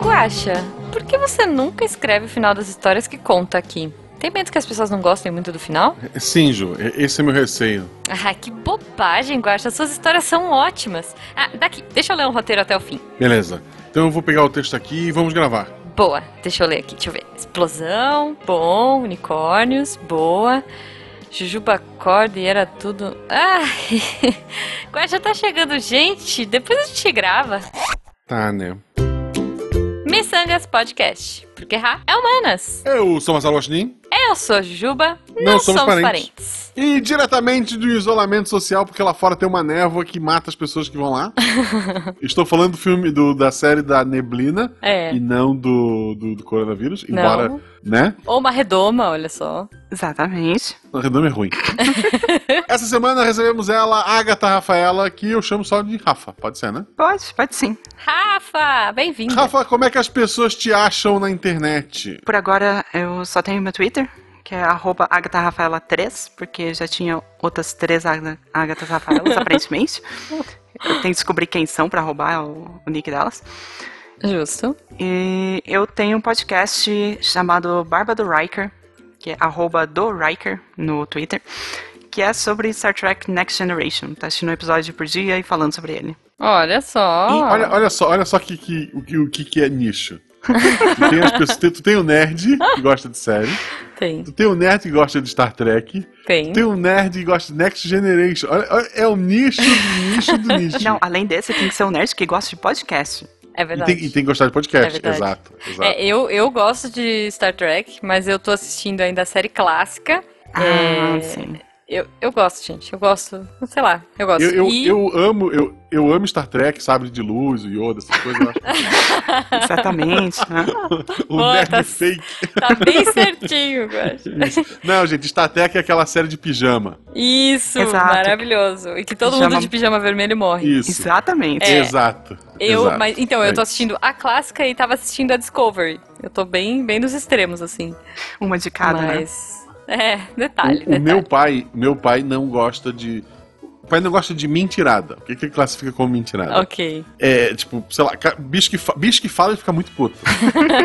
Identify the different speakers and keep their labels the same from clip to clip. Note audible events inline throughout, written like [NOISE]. Speaker 1: Guaxa, por que você nunca escreve o final das histórias que conta aqui? Tem medo que as pessoas não gostem muito do [LAUGHS] final?
Speaker 2: Sim, Ju, esse é meu receio.
Speaker 1: Ah, que bobagem, Guaxa. Suas histórias são ótimas. Ah, daqui, deixa eu ler um roteiro até o fim.
Speaker 2: Beleza. Então eu vou pegar o texto aqui e vamos gravar.
Speaker 1: Boa, deixa eu ler aqui, deixa eu ver. Explosão, bom, unicórnios, boa. Jujuba acorda e era tudo. Ai! [LAUGHS] Guaxa tá chegando, gente! Depois a gente grava.
Speaker 2: Tá, né?
Speaker 1: Missangas Podcast. Porque Ra é humanas.
Speaker 2: Eu sou Marcelo Guaxinim.
Speaker 1: Eu sou a Jujuba. Não, somos, parentes.
Speaker 2: E diretamente do isolamento social, porque lá fora tem uma névoa que mata as pessoas que vão [LAUGHS] lá. Estou falando do filme do- da série da Neblina
Speaker 1: É.
Speaker 2: e não do, do, do coronavírus,
Speaker 1: Não.
Speaker 2: embora, né?
Speaker 1: Ou uma redoma, olha só.
Speaker 3: Exatamente.
Speaker 2: O nome é [LAUGHS] ruim. Essa semana recebemos ela, Agatha Rafaela, que eu chamo só de Rafa, pode ser, né?
Speaker 3: Pode, pode sim.
Speaker 1: Rafa, bem-vinda.
Speaker 2: Rafa, como é que as pessoas te acham na internet?
Speaker 3: Por agora eu só tenho meu Twitter, que é arroba AgathaRafaela3, porque já tinha outras três Aga- Agatas Rafaelas, aparentemente. Eu tenho que descobrir quem são pra roubar o, o nick delas.
Speaker 1: Justo.
Speaker 3: E eu tenho um podcast chamado Barba do Riker, que é arroba do Riker no Twitter, que é sobre Star Trek Next Generation. Tá assistindo um episódio por dia e falando sobre ele.
Speaker 1: Olha só.
Speaker 2: E olha, olha só, olha só que, que, o, que, o que que é nicho. tu, tem as pessoas- tu tem o nerd que gosta de série,
Speaker 1: Tem,
Speaker 2: tu tem o nerd que gosta de Star Trek,
Speaker 1: tem.
Speaker 2: tem o nerd que gosta de Next Generation. Olha, olha, é o nicho do nicho do nicho.
Speaker 3: Não, além desse, tem que ser um nerd que gosta de podcast.
Speaker 1: É
Speaker 2: e,
Speaker 1: verdade.
Speaker 2: um tem, e tem que um gostar de podcast,
Speaker 1: É verdade.
Speaker 2: exato. exato.
Speaker 1: É, eu, eu gosto de Star Trek, mas eu tô assistindo ainda a série clássica. É.
Speaker 3: Ah, sim.
Speaker 1: Eu, eu gosto, gente. Eu gosto. Sei lá, eu gosto.
Speaker 2: Eu, eu,
Speaker 1: e
Speaker 2: eu amo, eu, eu amo Star Trek, Sabre de Luz, o Yoda, essas coisas. eu
Speaker 1: [LAUGHS]
Speaker 2: acho.
Speaker 3: Exatamente. né?
Speaker 2: O
Speaker 1: Pô,
Speaker 2: nerd
Speaker 1: tá-
Speaker 2: fake.
Speaker 1: tá bem [LAUGHS] certinho, eu acho.
Speaker 2: Não, gente, Star Trek é aquela série de pijama.
Speaker 1: Isso,
Speaker 3: Exato.
Speaker 1: maravilhoso. E que todo
Speaker 3: Pijama-
Speaker 1: mundo de pijama vermelho morre.
Speaker 2: Isso.
Speaker 3: Exatamente.
Speaker 1: É.
Speaker 2: Exato.
Speaker 1: Eu,
Speaker 2: exato.
Speaker 1: mas então, eu tô
Speaker 2: É
Speaker 1: assistindo a clássica e tava assistindo a Discovery. Eu tô bem, bem nos extremos, assim.
Speaker 3: Uma de cada, né?
Speaker 1: mas. É, detalhe.
Speaker 2: O
Speaker 1: detalhe.
Speaker 2: meu pai, meu pai não gosta de. O pai não gosta de mentirada. O que, que ele classifica como mentirada?
Speaker 1: Ok.
Speaker 2: É, tipo, sei lá, ca- bicho que, fa- bicho que fala ele fica muito puto. [LAUGHS]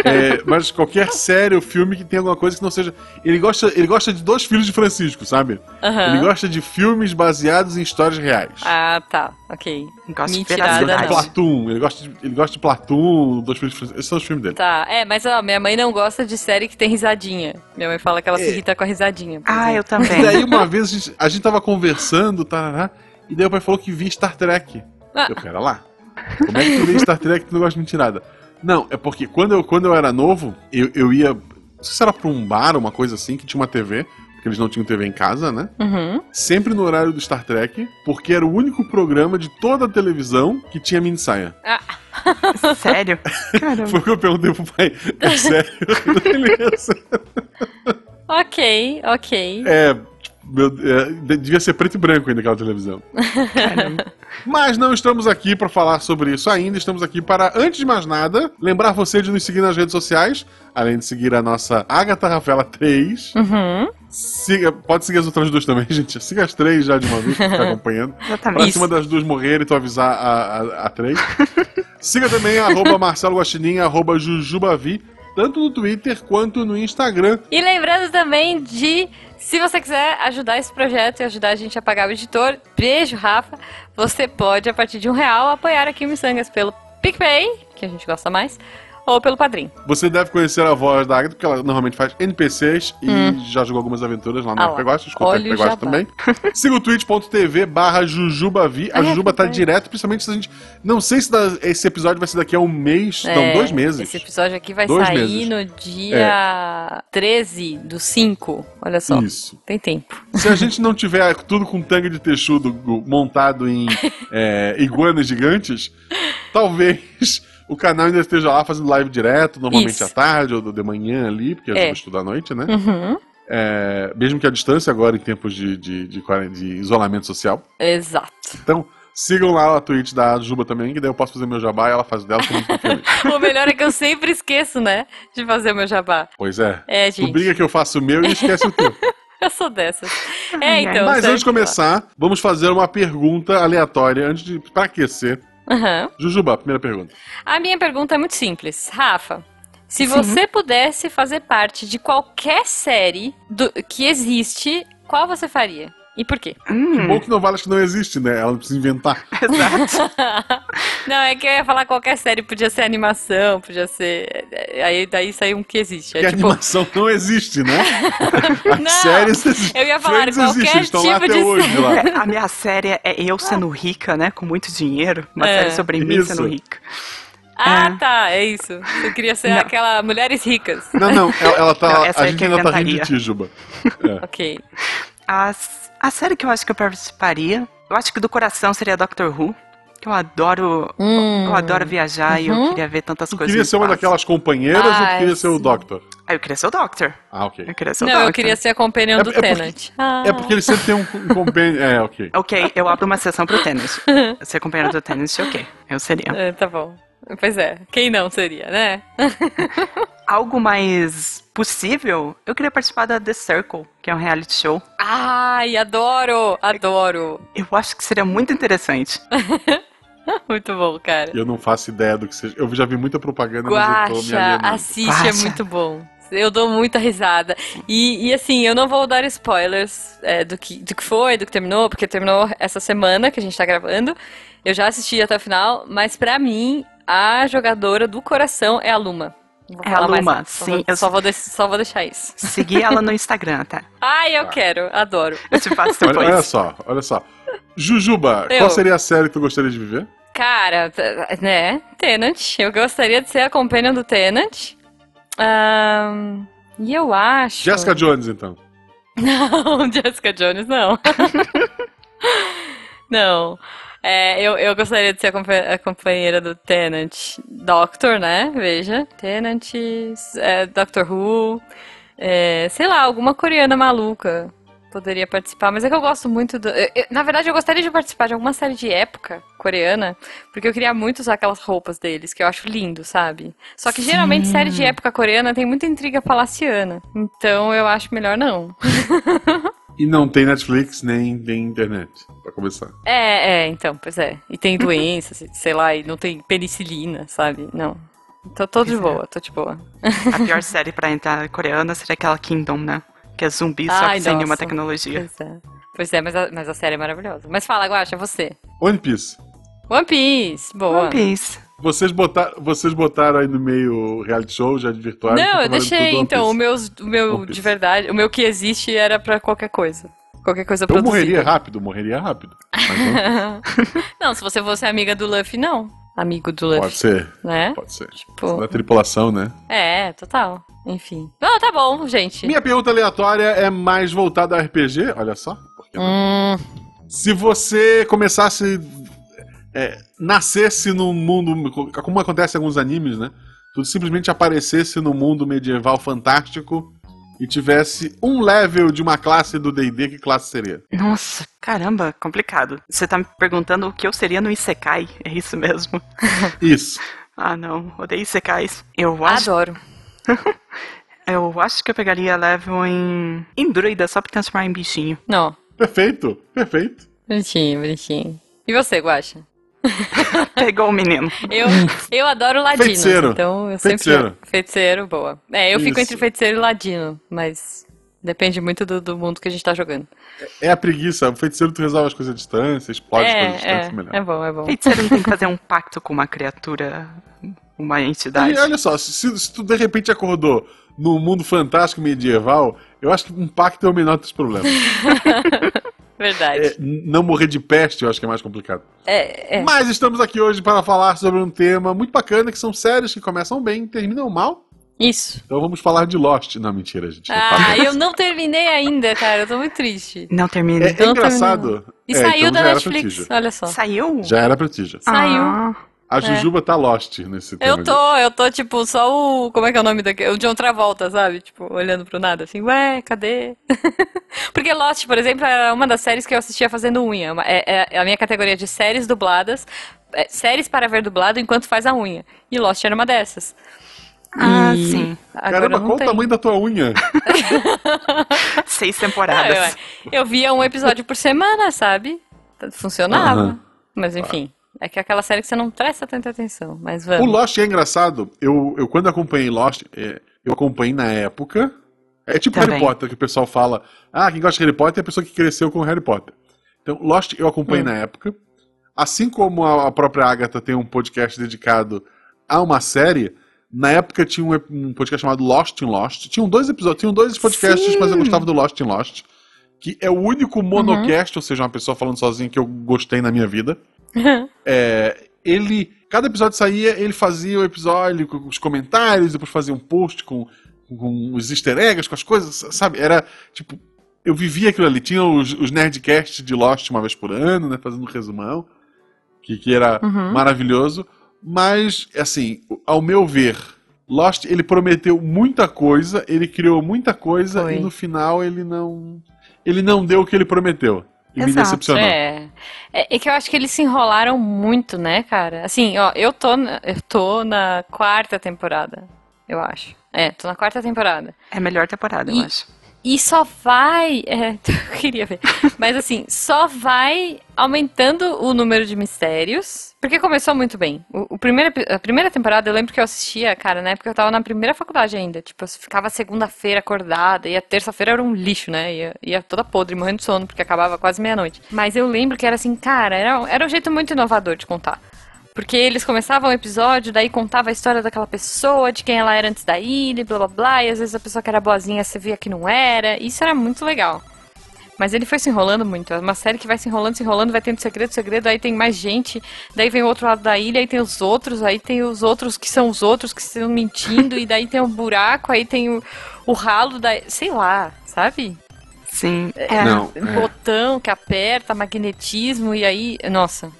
Speaker 2: É, mas qualquer série ou filme que tenha alguma coisa que não seja. Ele gosta, ele gosta de dois filhos de Francisco, sabe?
Speaker 1: Aham.
Speaker 2: Ele gosta de filmes baseados em histórias reais.
Speaker 1: Ah, tá. Ok.
Speaker 3: Gosto de
Speaker 1: Mentirada,
Speaker 2: ele gosta de
Speaker 3: veracidade.
Speaker 1: não.
Speaker 2: Platoon, ele gosta de, ele gosta de Platoon, dois filhos de Francisco. Esses são os filmes dele.
Speaker 1: Tá, é, mas ó, minha mãe não gosta de série que tem risadinha. Minha mãe fala que ela se
Speaker 2: É.
Speaker 1: irrita com a risadinha. por
Speaker 3: Ah,
Speaker 1: exemplo. [LAUGHS]
Speaker 3: eu também.
Speaker 2: E daí uma vez a gente, a gente tava conversando, tarará, e daí o pai falou que via Star Trek.
Speaker 1: Ah.
Speaker 2: Eu, pera lá. Como é que tu vê Star Trek e tu não gosta de mentirada? Não, é porque quando eu, quando eu era novo, eu, eu ia. Não sei se era pra um bar ou uma coisa assim, que tinha uma TV, porque eles não tinham TV em casa, né?
Speaker 1: Uhum.
Speaker 2: Sempre no horário do Star Trek, porque era o único programa de toda a televisão que tinha minissaia.
Speaker 3: Sério? Caramba.
Speaker 2: Foi o que eu perguntei pro pai. É sério? [LAUGHS] Beleza.
Speaker 1: Ok, ok.
Speaker 2: É, tipo, meu, é, de- devia ser preto e branco ainda aquela televisão. Mas não estamos aqui para falar sobre isso ainda, estamos aqui para, antes de mais nada, lembrar você de nos seguir nas redes sociais, além de seguir a nossa Agatha Rafaela 3.
Speaker 1: Uhum.
Speaker 2: Siga- pode seguir as outras duas também, [LAUGHS] gente. Siga as três já de uma vez, pra ficar acompanhando.
Speaker 1: [LAUGHS]
Speaker 2: Pra
Speaker 3: Exatamente.
Speaker 2: se uma das duas morrer e tu avisar a, a, a três. Siga também arroba Marcelo Guaxinim, arroba Jujubavi, tanto no Twitter quanto no Instagram.
Speaker 1: E lembrando também de, se você quiser ajudar esse projeto e ajudar a gente a pagar o editor, beijo, Rafa. Você pode, a partir de um real, apoiar aqui o Missangas pelo PicPay, que a gente gosta mais, ou pelo Padrim.
Speaker 2: Você deve conhecer a voz da Agatha, porque ela normalmente faz NPCs e já jogou algumas aventuras lá no
Speaker 1: Hum. Ah lá.
Speaker 2: Arpegosta, escuta
Speaker 1: Olha o
Speaker 2: Arpegosta
Speaker 1: jabá.
Speaker 2: também. Siga o twitch.tv barra Jujubavi. A
Speaker 1: É,
Speaker 2: Jujuba tá
Speaker 1: verdade.
Speaker 2: direto, principalmente se a gente... Não sei se dá- esse episódio vai ser daqui a um mês, não,
Speaker 1: É,
Speaker 2: dois meses.
Speaker 1: Esse episódio aqui vai
Speaker 2: Dois
Speaker 1: sair
Speaker 2: meses. É.
Speaker 1: no dia 13 do 5. Olha só.
Speaker 2: Isso.
Speaker 1: Tem tempo.
Speaker 2: Se a gente não tiver tudo com tanga de texudo gu- montado
Speaker 1: [LAUGHS]
Speaker 2: em é, iguanas gigantes, talvez o canal ainda esteja lá fazendo live direto, normalmente
Speaker 1: Isso.
Speaker 2: à tarde ou de manhã ali, porque eu
Speaker 1: É.
Speaker 2: vou estudar à noite, né?
Speaker 1: Uhum.
Speaker 2: É, mesmo que à distância, agora em tempos de, de, de quaren- de isolamento social.
Speaker 1: Exato. [LAUGHS]
Speaker 2: Então, sigam lá a tweet da Juba também, que daí eu posso fazer meu jabá e ela faz o dela. todo mundo fica
Speaker 1: [LAUGHS]
Speaker 2: feliz.
Speaker 1: O melhor é que eu sempre esqueço, né? De fazer o meu jabá.
Speaker 2: pois é.
Speaker 1: É,
Speaker 2: Tu
Speaker 1: gente.
Speaker 2: briga que eu faço o meu e esquece
Speaker 1: [LAUGHS]
Speaker 2: o teu.
Speaker 1: Eu sou dessas.
Speaker 3: Ai,
Speaker 1: É,
Speaker 3: ai.
Speaker 1: então.
Speaker 2: Mas
Speaker 1: sabe
Speaker 2: antes de
Speaker 1: que-
Speaker 2: começar, vamos fazer uma pergunta aleatória, antes de. pra aquecer
Speaker 1: Aham.
Speaker 2: Jujuba, primeira pergunta.
Speaker 1: A minha pergunta é muito simples. Rafa, se você pudesse fazer parte de qualquer série do- que existe, qual você faria? E por quê?
Speaker 3: Hum.
Speaker 2: Que bom que não vale, acho que não existe, né? Ela não precisa inventar.
Speaker 3: Exato.
Speaker 1: [LAUGHS] Não, é que eu ia falar qualquer série, podia ser animação, podia ser. Aí daí saiu um que existe. É
Speaker 2: Porque a
Speaker 1: tipo.
Speaker 2: animação não existe, né? As
Speaker 1: [LAUGHS] Não,
Speaker 2: séries [LAUGHS] existem.
Speaker 1: eu ia falar
Speaker 2: Friends
Speaker 1: qualquer
Speaker 2: existe, estão lá
Speaker 1: tipo
Speaker 2: até
Speaker 1: de
Speaker 2: hoje.
Speaker 1: série.
Speaker 2: Lá.
Speaker 3: A minha série é eu sendo rica, né? Com muito dinheiro. Uma
Speaker 1: Ah. É.
Speaker 3: série sobre mim
Speaker 2: Isso.
Speaker 3: sendo rica.
Speaker 1: Ah, tá, é isso. Eu queria ser
Speaker 3: Não.
Speaker 1: aquela Mulheres Ricas.
Speaker 2: Não, não, ela, ela tá.
Speaker 3: Não, essa
Speaker 2: a
Speaker 3: é
Speaker 2: gente
Speaker 3: que eu
Speaker 2: ainda tá rindo de
Speaker 3: inventaria.
Speaker 2: Tijuba. É.
Speaker 1: Ok.
Speaker 3: A, s- a série que eu acho que eu participaria, eu acho que do coração seria Doctor Who. Que eu adoro.
Speaker 1: Hum.
Speaker 3: Eu adoro viajar e
Speaker 1: Uhum.
Speaker 3: eu queria ver tantas
Speaker 2: Tu
Speaker 3: coisas.
Speaker 2: queria
Speaker 3: no
Speaker 2: ser uma
Speaker 3: espaço.
Speaker 2: daquelas companheiras ou tu
Speaker 1: Ai,
Speaker 2: queria ser o
Speaker 1: sim.
Speaker 2: Doctor?
Speaker 3: Ah, eu queria ser o Doctor.
Speaker 2: Ah, ok.
Speaker 3: Eu queria ser o
Speaker 1: Não,
Speaker 3: Doctor.
Speaker 1: eu queria ser a companion
Speaker 2: É-
Speaker 1: do
Speaker 2: é porque-
Speaker 1: Tenant. Ah.
Speaker 2: É porque ele sempre tem um, um compêndio. É, ok.
Speaker 3: Ok, eu abro uma sessão pro
Speaker 1: [LAUGHS]
Speaker 3: tênis. Ser companheiro do tênis, ok. Eu seria.
Speaker 1: É, tá bom. Pois é, quem não seria, né?
Speaker 3: Algo mais possível, eu queria participar da The Circle, que é um reality show.
Speaker 1: Ai, adoro, adoro. [LAUGHS]
Speaker 3: Eu acho que seria muito interessante.
Speaker 1: Muito bom, cara.
Speaker 2: Eu não faço ideia do que seja. Eu já vi muita propaganda, mas eu tô me
Speaker 1: Guacha,
Speaker 2: alienando.
Speaker 1: assiste, é
Speaker 3: Guaxa.
Speaker 1: muito bom. Eu dou muita risada. E, e, assim, eu não vou dar spoilers é, do, que, do que foi, do que terminou, porque terminou essa semana que a gente tá gravando. Eu já assisti até o final, mas pra mim, a jogadora do coração é a Luma. Não Vou
Speaker 3: É a
Speaker 1: falar mais
Speaker 3: Luma,
Speaker 1: nada, só
Speaker 3: sim,
Speaker 1: vou-
Speaker 3: eu-
Speaker 1: Só vou, deix- só vou deixar isso.
Speaker 3: Segui ela no Instagram, tá?
Speaker 1: Ai, eu
Speaker 2: Tá.
Speaker 1: quero, adoro.
Speaker 3: Eu te
Speaker 2: [LAUGHS]
Speaker 3: faço
Speaker 2: Olha, olha
Speaker 3: depois.
Speaker 2: só, olha só. Jujuba,
Speaker 1: Eu.
Speaker 2: qual seria a série que tu gostaria de viver?
Speaker 1: Cara, t- né? Tenant. Eu gostaria de ser a companion do Tenant. Ahn, e eu acho.
Speaker 2: Jessica Jones, então.
Speaker 1: Não, [LAUGHS] Jessica Jones, não. [LAUGHS] não. É, eu, eu gostaria de ser a, compa- a companheira do Tenant. Doctor, né? Veja. Tenant, é, Doctor Who. é, sei lá, alguma coreana maluca poderia participar. Mas é que eu gosto muito do. eu- eu- na verdade, eu gostaria de participar de alguma série de época coreana. Porque eu queria muito usar aquelas roupas deles, que eu acho lindo, sabe? Só que geralmente
Speaker 3: Sim.
Speaker 1: série de época coreana tem muita intriga palaciana. Então eu acho melhor não.
Speaker 2: E não tem Netflix nem tem internet, pra começar.
Speaker 1: É, é, então, pois é. E tem doenças, sei lá, e não tem penicilina, sabe? Não. Tô, tô de
Speaker 3: Pois é.
Speaker 1: boa, tô de boa.
Speaker 3: A pior série pra entrar coreana seria aquela Kingdom, né? Que é zumbi, só
Speaker 1: Ai,
Speaker 3: que sem nenhuma
Speaker 1: nossa.
Speaker 3: tecnologia.
Speaker 1: Pois é. Pois é, mas a, mas a série é maravilhosa. Mas fala, Guaxa, você.
Speaker 2: One Piece.
Speaker 1: One Piece, boa.
Speaker 3: One Piece.
Speaker 2: Vocês botaram, vocês botaram aí no meio reality show, já de virtual.
Speaker 1: Não, eu deixei, então, o meu, o
Speaker 2: One
Speaker 1: meu
Speaker 2: Piece.
Speaker 1: de verdade, o meu que existe era pra qualquer coisa. Qualquer coisa
Speaker 2: Eu
Speaker 1: produzida.
Speaker 2: morreria rápido, morreria rápido. Mas
Speaker 1: [LAUGHS] não, se você fosse amiga do Luffy, não. Amigo do [LAUGHS]
Speaker 2: não,
Speaker 1: Luffy,
Speaker 2: pode ser,
Speaker 1: né?
Speaker 2: pode ser.
Speaker 1: Tipo,
Speaker 2: Da tripulação, né?
Speaker 1: é, total. Enfim. Não, tá bom, gente.
Speaker 2: Minha pergunta aleatória é mais voltada a RPG, olha só. Por que não?
Speaker 1: Hum,
Speaker 2: Se você começasse. é, nascesse num mundo. Como acontece em alguns animes, né? Tu simplesmente aparecesse num mundo medieval fantástico e tivesse um level de uma classe do DD, que classe seria?
Speaker 3: Nossa, caramba, complicado. Você tá me perguntando o que eu seria no Isekai? É isso mesmo?
Speaker 2: Isso.
Speaker 3: Ah, não, odeio Isekais. Eu acho,
Speaker 1: adoro.
Speaker 3: eu acho que eu pegaria level em. em druida, só pra transformar em bichinho. [LAUGHS]
Speaker 1: Não.
Speaker 2: Perfeito, perfeito.
Speaker 1: Bonitinho, bonitinho. E você, Guaxa?
Speaker 3: Pegou o menino.
Speaker 2: [LAUGHS]
Speaker 1: Eu, eu adoro ladino.
Speaker 2: Feiticeiro.
Speaker 1: Então eu sempre.
Speaker 2: Feiticeiro.
Speaker 1: Feiticeiro, boa. É, eu fico
Speaker 2: Isso.
Speaker 1: entre feiticeiro e ladino, mas depende muito do, do mundo que a gente tá jogando.
Speaker 2: É a preguiça. O feiticeiro tu resolve as coisas à distância, explode as
Speaker 1: é,
Speaker 2: coisas à distância melhor.
Speaker 1: é, é bom, é
Speaker 2: [LAUGHS]
Speaker 1: bom.
Speaker 3: Feiticeiro não tem que fazer um pacto com uma criatura, uma
Speaker 1: Tá,
Speaker 3: entidade.
Speaker 2: E olha só, se, se tu de repente acordou num mundo fantástico medieval, eu acho que um pacto é o menor dos problemas.
Speaker 1: [LAUGHS] Verdade.
Speaker 2: É, n- não morrer de peste, eu acho que é mais complicado.
Speaker 1: É, é.
Speaker 2: Mas estamos aqui hoje para falar sobre um tema muito bacana, que são séries que começam bem e terminam mal.
Speaker 1: Isso.
Speaker 2: Então vamos falar de Lost. Não, mentira, gente. não fala.
Speaker 1: Ah, eu não terminei ainda, cara. Eu tô muito triste.
Speaker 3: Não termina.
Speaker 2: é, é
Speaker 1: então
Speaker 2: engraçado.
Speaker 1: E
Speaker 2: É,
Speaker 1: saiu
Speaker 2: então
Speaker 1: da
Speaker 2: já era
Speaker 1: Netflix,
Speaker 2: prestígio.
Speaker 1: olha só.
Speaker 3: Saiu?
Speaker 2: Já era prestígio.
Speaker 1: Saiu.
Speaker 3: Ah,
Speaker 2: A Jujuba tá Lost nesse
Speaker 1: É.
Speaker 2: tema.
Speaker 1: Eu tô, eu tô tipo só o. Como é que é o nome daquele? O John Travolta, sabe? Tipo, olhando pro nada, assim, ué, cadê? [LAUGHS] Porque Lost, por exemplo, era uma das séries que eu assistia fazendo unha. Uma- É, é- é a minha categoria de séries dubladas, é, séries para ver dublado enquanto faz a unha. E Lost era uma dessas.
Speaker 3: ah,
Speaker 1: E
Speaker 3: sim.
Speaker 1: Agora
Speaker 2: Caramba,
Speaker 1: não
Speaker 2: qual o
Speaker 1: tem.
Speaker 2: tamanho da tua unha?
Speaker 3: Seis
Speaker 1: Ah,
Speaker 3: temporadas.
Speaker 1: eu, eu via um episódio por semana, sabe? Funcionava.
Speaker 2: Aham.
Speaker 1: Mas enfim, É que é aquela série que você não presta tanta atenção, mas
Speaker 2: O
Speaker 1: vamos.
Speaker 2: Lost é engraçado. Eu, eu quando acompanhei Lost, é, eu acompanhei na época. É tipo
Speaker 3: Também.
Speaker 2: Harry Potter, que o pessoal fala. Ah, quem gosta de Harry Potter é a pessoa que cresceu com Harry Potter. Então, Lost eu acompanhei
Speaker 1: Hum.
Speaker 2: na época. Assim como a, a própria Agatha tem um podcast dedicado a uma série, na época tinha um, ep- um podcast chamado Lost in Lost. Tinham dois episódios, tinham dois podcasts,
Speaker 1: Sim.
Speaker 2: mas eu gostava do Lost in Lost. Que é o único
Speaker 1: Uhum.
Speaker 2: monocast, ou seja, uma pessoa falando sozinha que eu gostei na
Speaker 1: [LAUGHS]
Speaker 2: minha vida É, ele. Cada episódio saía, ele fazia o episódio com os comentários, depois fazia um post com, com os easter eggs, com as coisas, sabe? Era tipo. Eu vivia aquilo ali. Tinha os, os Nerdcasts de Lost uma vez por ano, né? Fazendo um resumão, que, que era
Speaker 1: Uhum.
Speaker 2: maravilhoso. Mas, assim, ao meu ver, Lost ele prometeu muita coisa, ele criou muita coisa
Speaker 1: Foi.
Speaker 2: e no final ele não. Ele não deu o que ele prometeu. E me
Speaker 3: Exato,
Speaker 2: decepcionou.
Speaker 1: É. é. é que eu acho que eles se enrolaram muito, né, cara? Assim, ó, eu tô na, eu tô na quarta temporada, eu acho. É, tô na quarta temporada.
Speaker 3: É a melhor temporada,
Speaker 1: E-
Speaker 3: eu acho.
Speaker 1: E só vai. [LAUGHS] É, eu queria ver. Mas assim, só vai aumentando o número de mistérios. Porque começou muito bem. O, o primeiro, epi- a primeira temporada, eu lembro que eu assistia, cara, na época eu tava na primeira faculdade ainda. Tipo, eu ficava segunda-feira acordada. E a terça-feira era um lixo, né? Ia, ia toda podre, morrendo de sono, porque acabava quase meia-noite. Mas eu lembro que era assim, cara, era, era um jeito muito inovador de contar. Porque eles começavam o episódio, daí contava a história daquela pessoa, de quem ela era antes da ilha, e blá blá blá, e às vezes a pessoa que era boazinha você via que não era. Isso era muito legal. Mas ele foi se enrolando muito. É uma série que vai se enrolando, se enrolando, vai tendo segredo, segredo, aí tem mais gente, daí vem o outro lado da ilha, aí tem os outros, aí tem os outros que são os outros que estão mentindo, e daí tem o buraco, aí tem o, o ralo da. sei lá, sabe? Um
Speaker 3: Sim. É,
Speaker 2: Não, é.
Speaker 1: Botão que aperta, magnetismo, e aí. Nossa.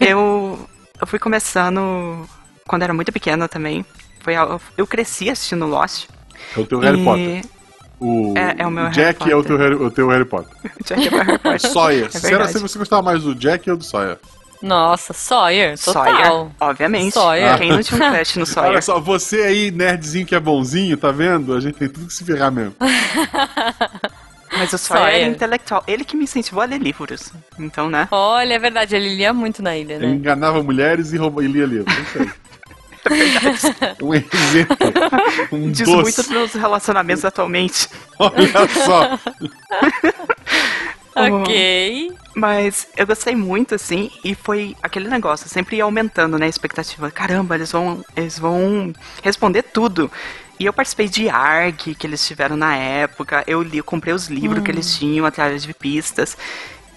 Speaker 3: Eu, eu fui começando quando era muito pequena também. Foi, a- eu cresci assistindo Lost.
Speaker 2: É o teu Harry
Speaker 3: e-
Speaker 2: Potter.
Speaker 3: [LAUGHS]
Speaker 2: O,
Speaker 3: É- é o meu
Speaker 2: o
Speaker 3: Harry
Speaker 2: Jack é o teu,
Speaker 3: Potter.
Speaker 2: Harry- o teu Harry Potter.
Speaker 3: Jack é Harry
Speaker 2: O
Speaker 1: [LAUGHS]
Speaker 3: Potter.
Speaker 2: Sawyer.
Speaker 3: [LAUGHS] É
Speaker 2: Será
Speaker 3: verdade.
Speaker 2: que você gostava mais do Jack ou do Sawyer?
Speaker 1: Nossa, Sawyer, total.
Speaker 3: Sawyer, obviamente.
Speaker 1: Sawyer.
Speaker 3: Quem não tinha um crush no
Speaker 2: Olha
Speaker 3: Sawyer?
Speaker 2: só, você aí, nerdzinho que é bonzinho, tá vendo? A gente tem tudo que se ferrar mesmo.
Speaker 3: É. Mas o Sawyer,
Speaker 1: Sawyer.
Speaker 3: era intelectual. Ele que me incentivou a ler livros. Então, né?
Speaker 1: [LAUGHS] Olha, é verdade, ele lia muito na ilha,
Speaker 2: Ele
Speaker 1: né?
Speaker 2: enganava mulheres e, roubava, e lia livro. [LAUGHS] É isso aí. [LAUGHS] um
Speaker 3: [LAUGHS]
Speaker 2: exemplo. Um
Speaker 3: Diz muito
Speaker 2: doce. [LAUGHS]
Speaker 3: dos relacionamentos atualmente.
Speaker 2: Olha só.
Speaker 1: Ok.
Speaker 3: Mas eu gostei muito, assim, e foi aquele negócio, sempre ia aumentando, né, a expectativa. Caramba, eles vão, eles vão responder tudo. E eu participei de ARG que eles tiveram na época, eu li, eu comprei os livros que eles tinham atrás de pistas.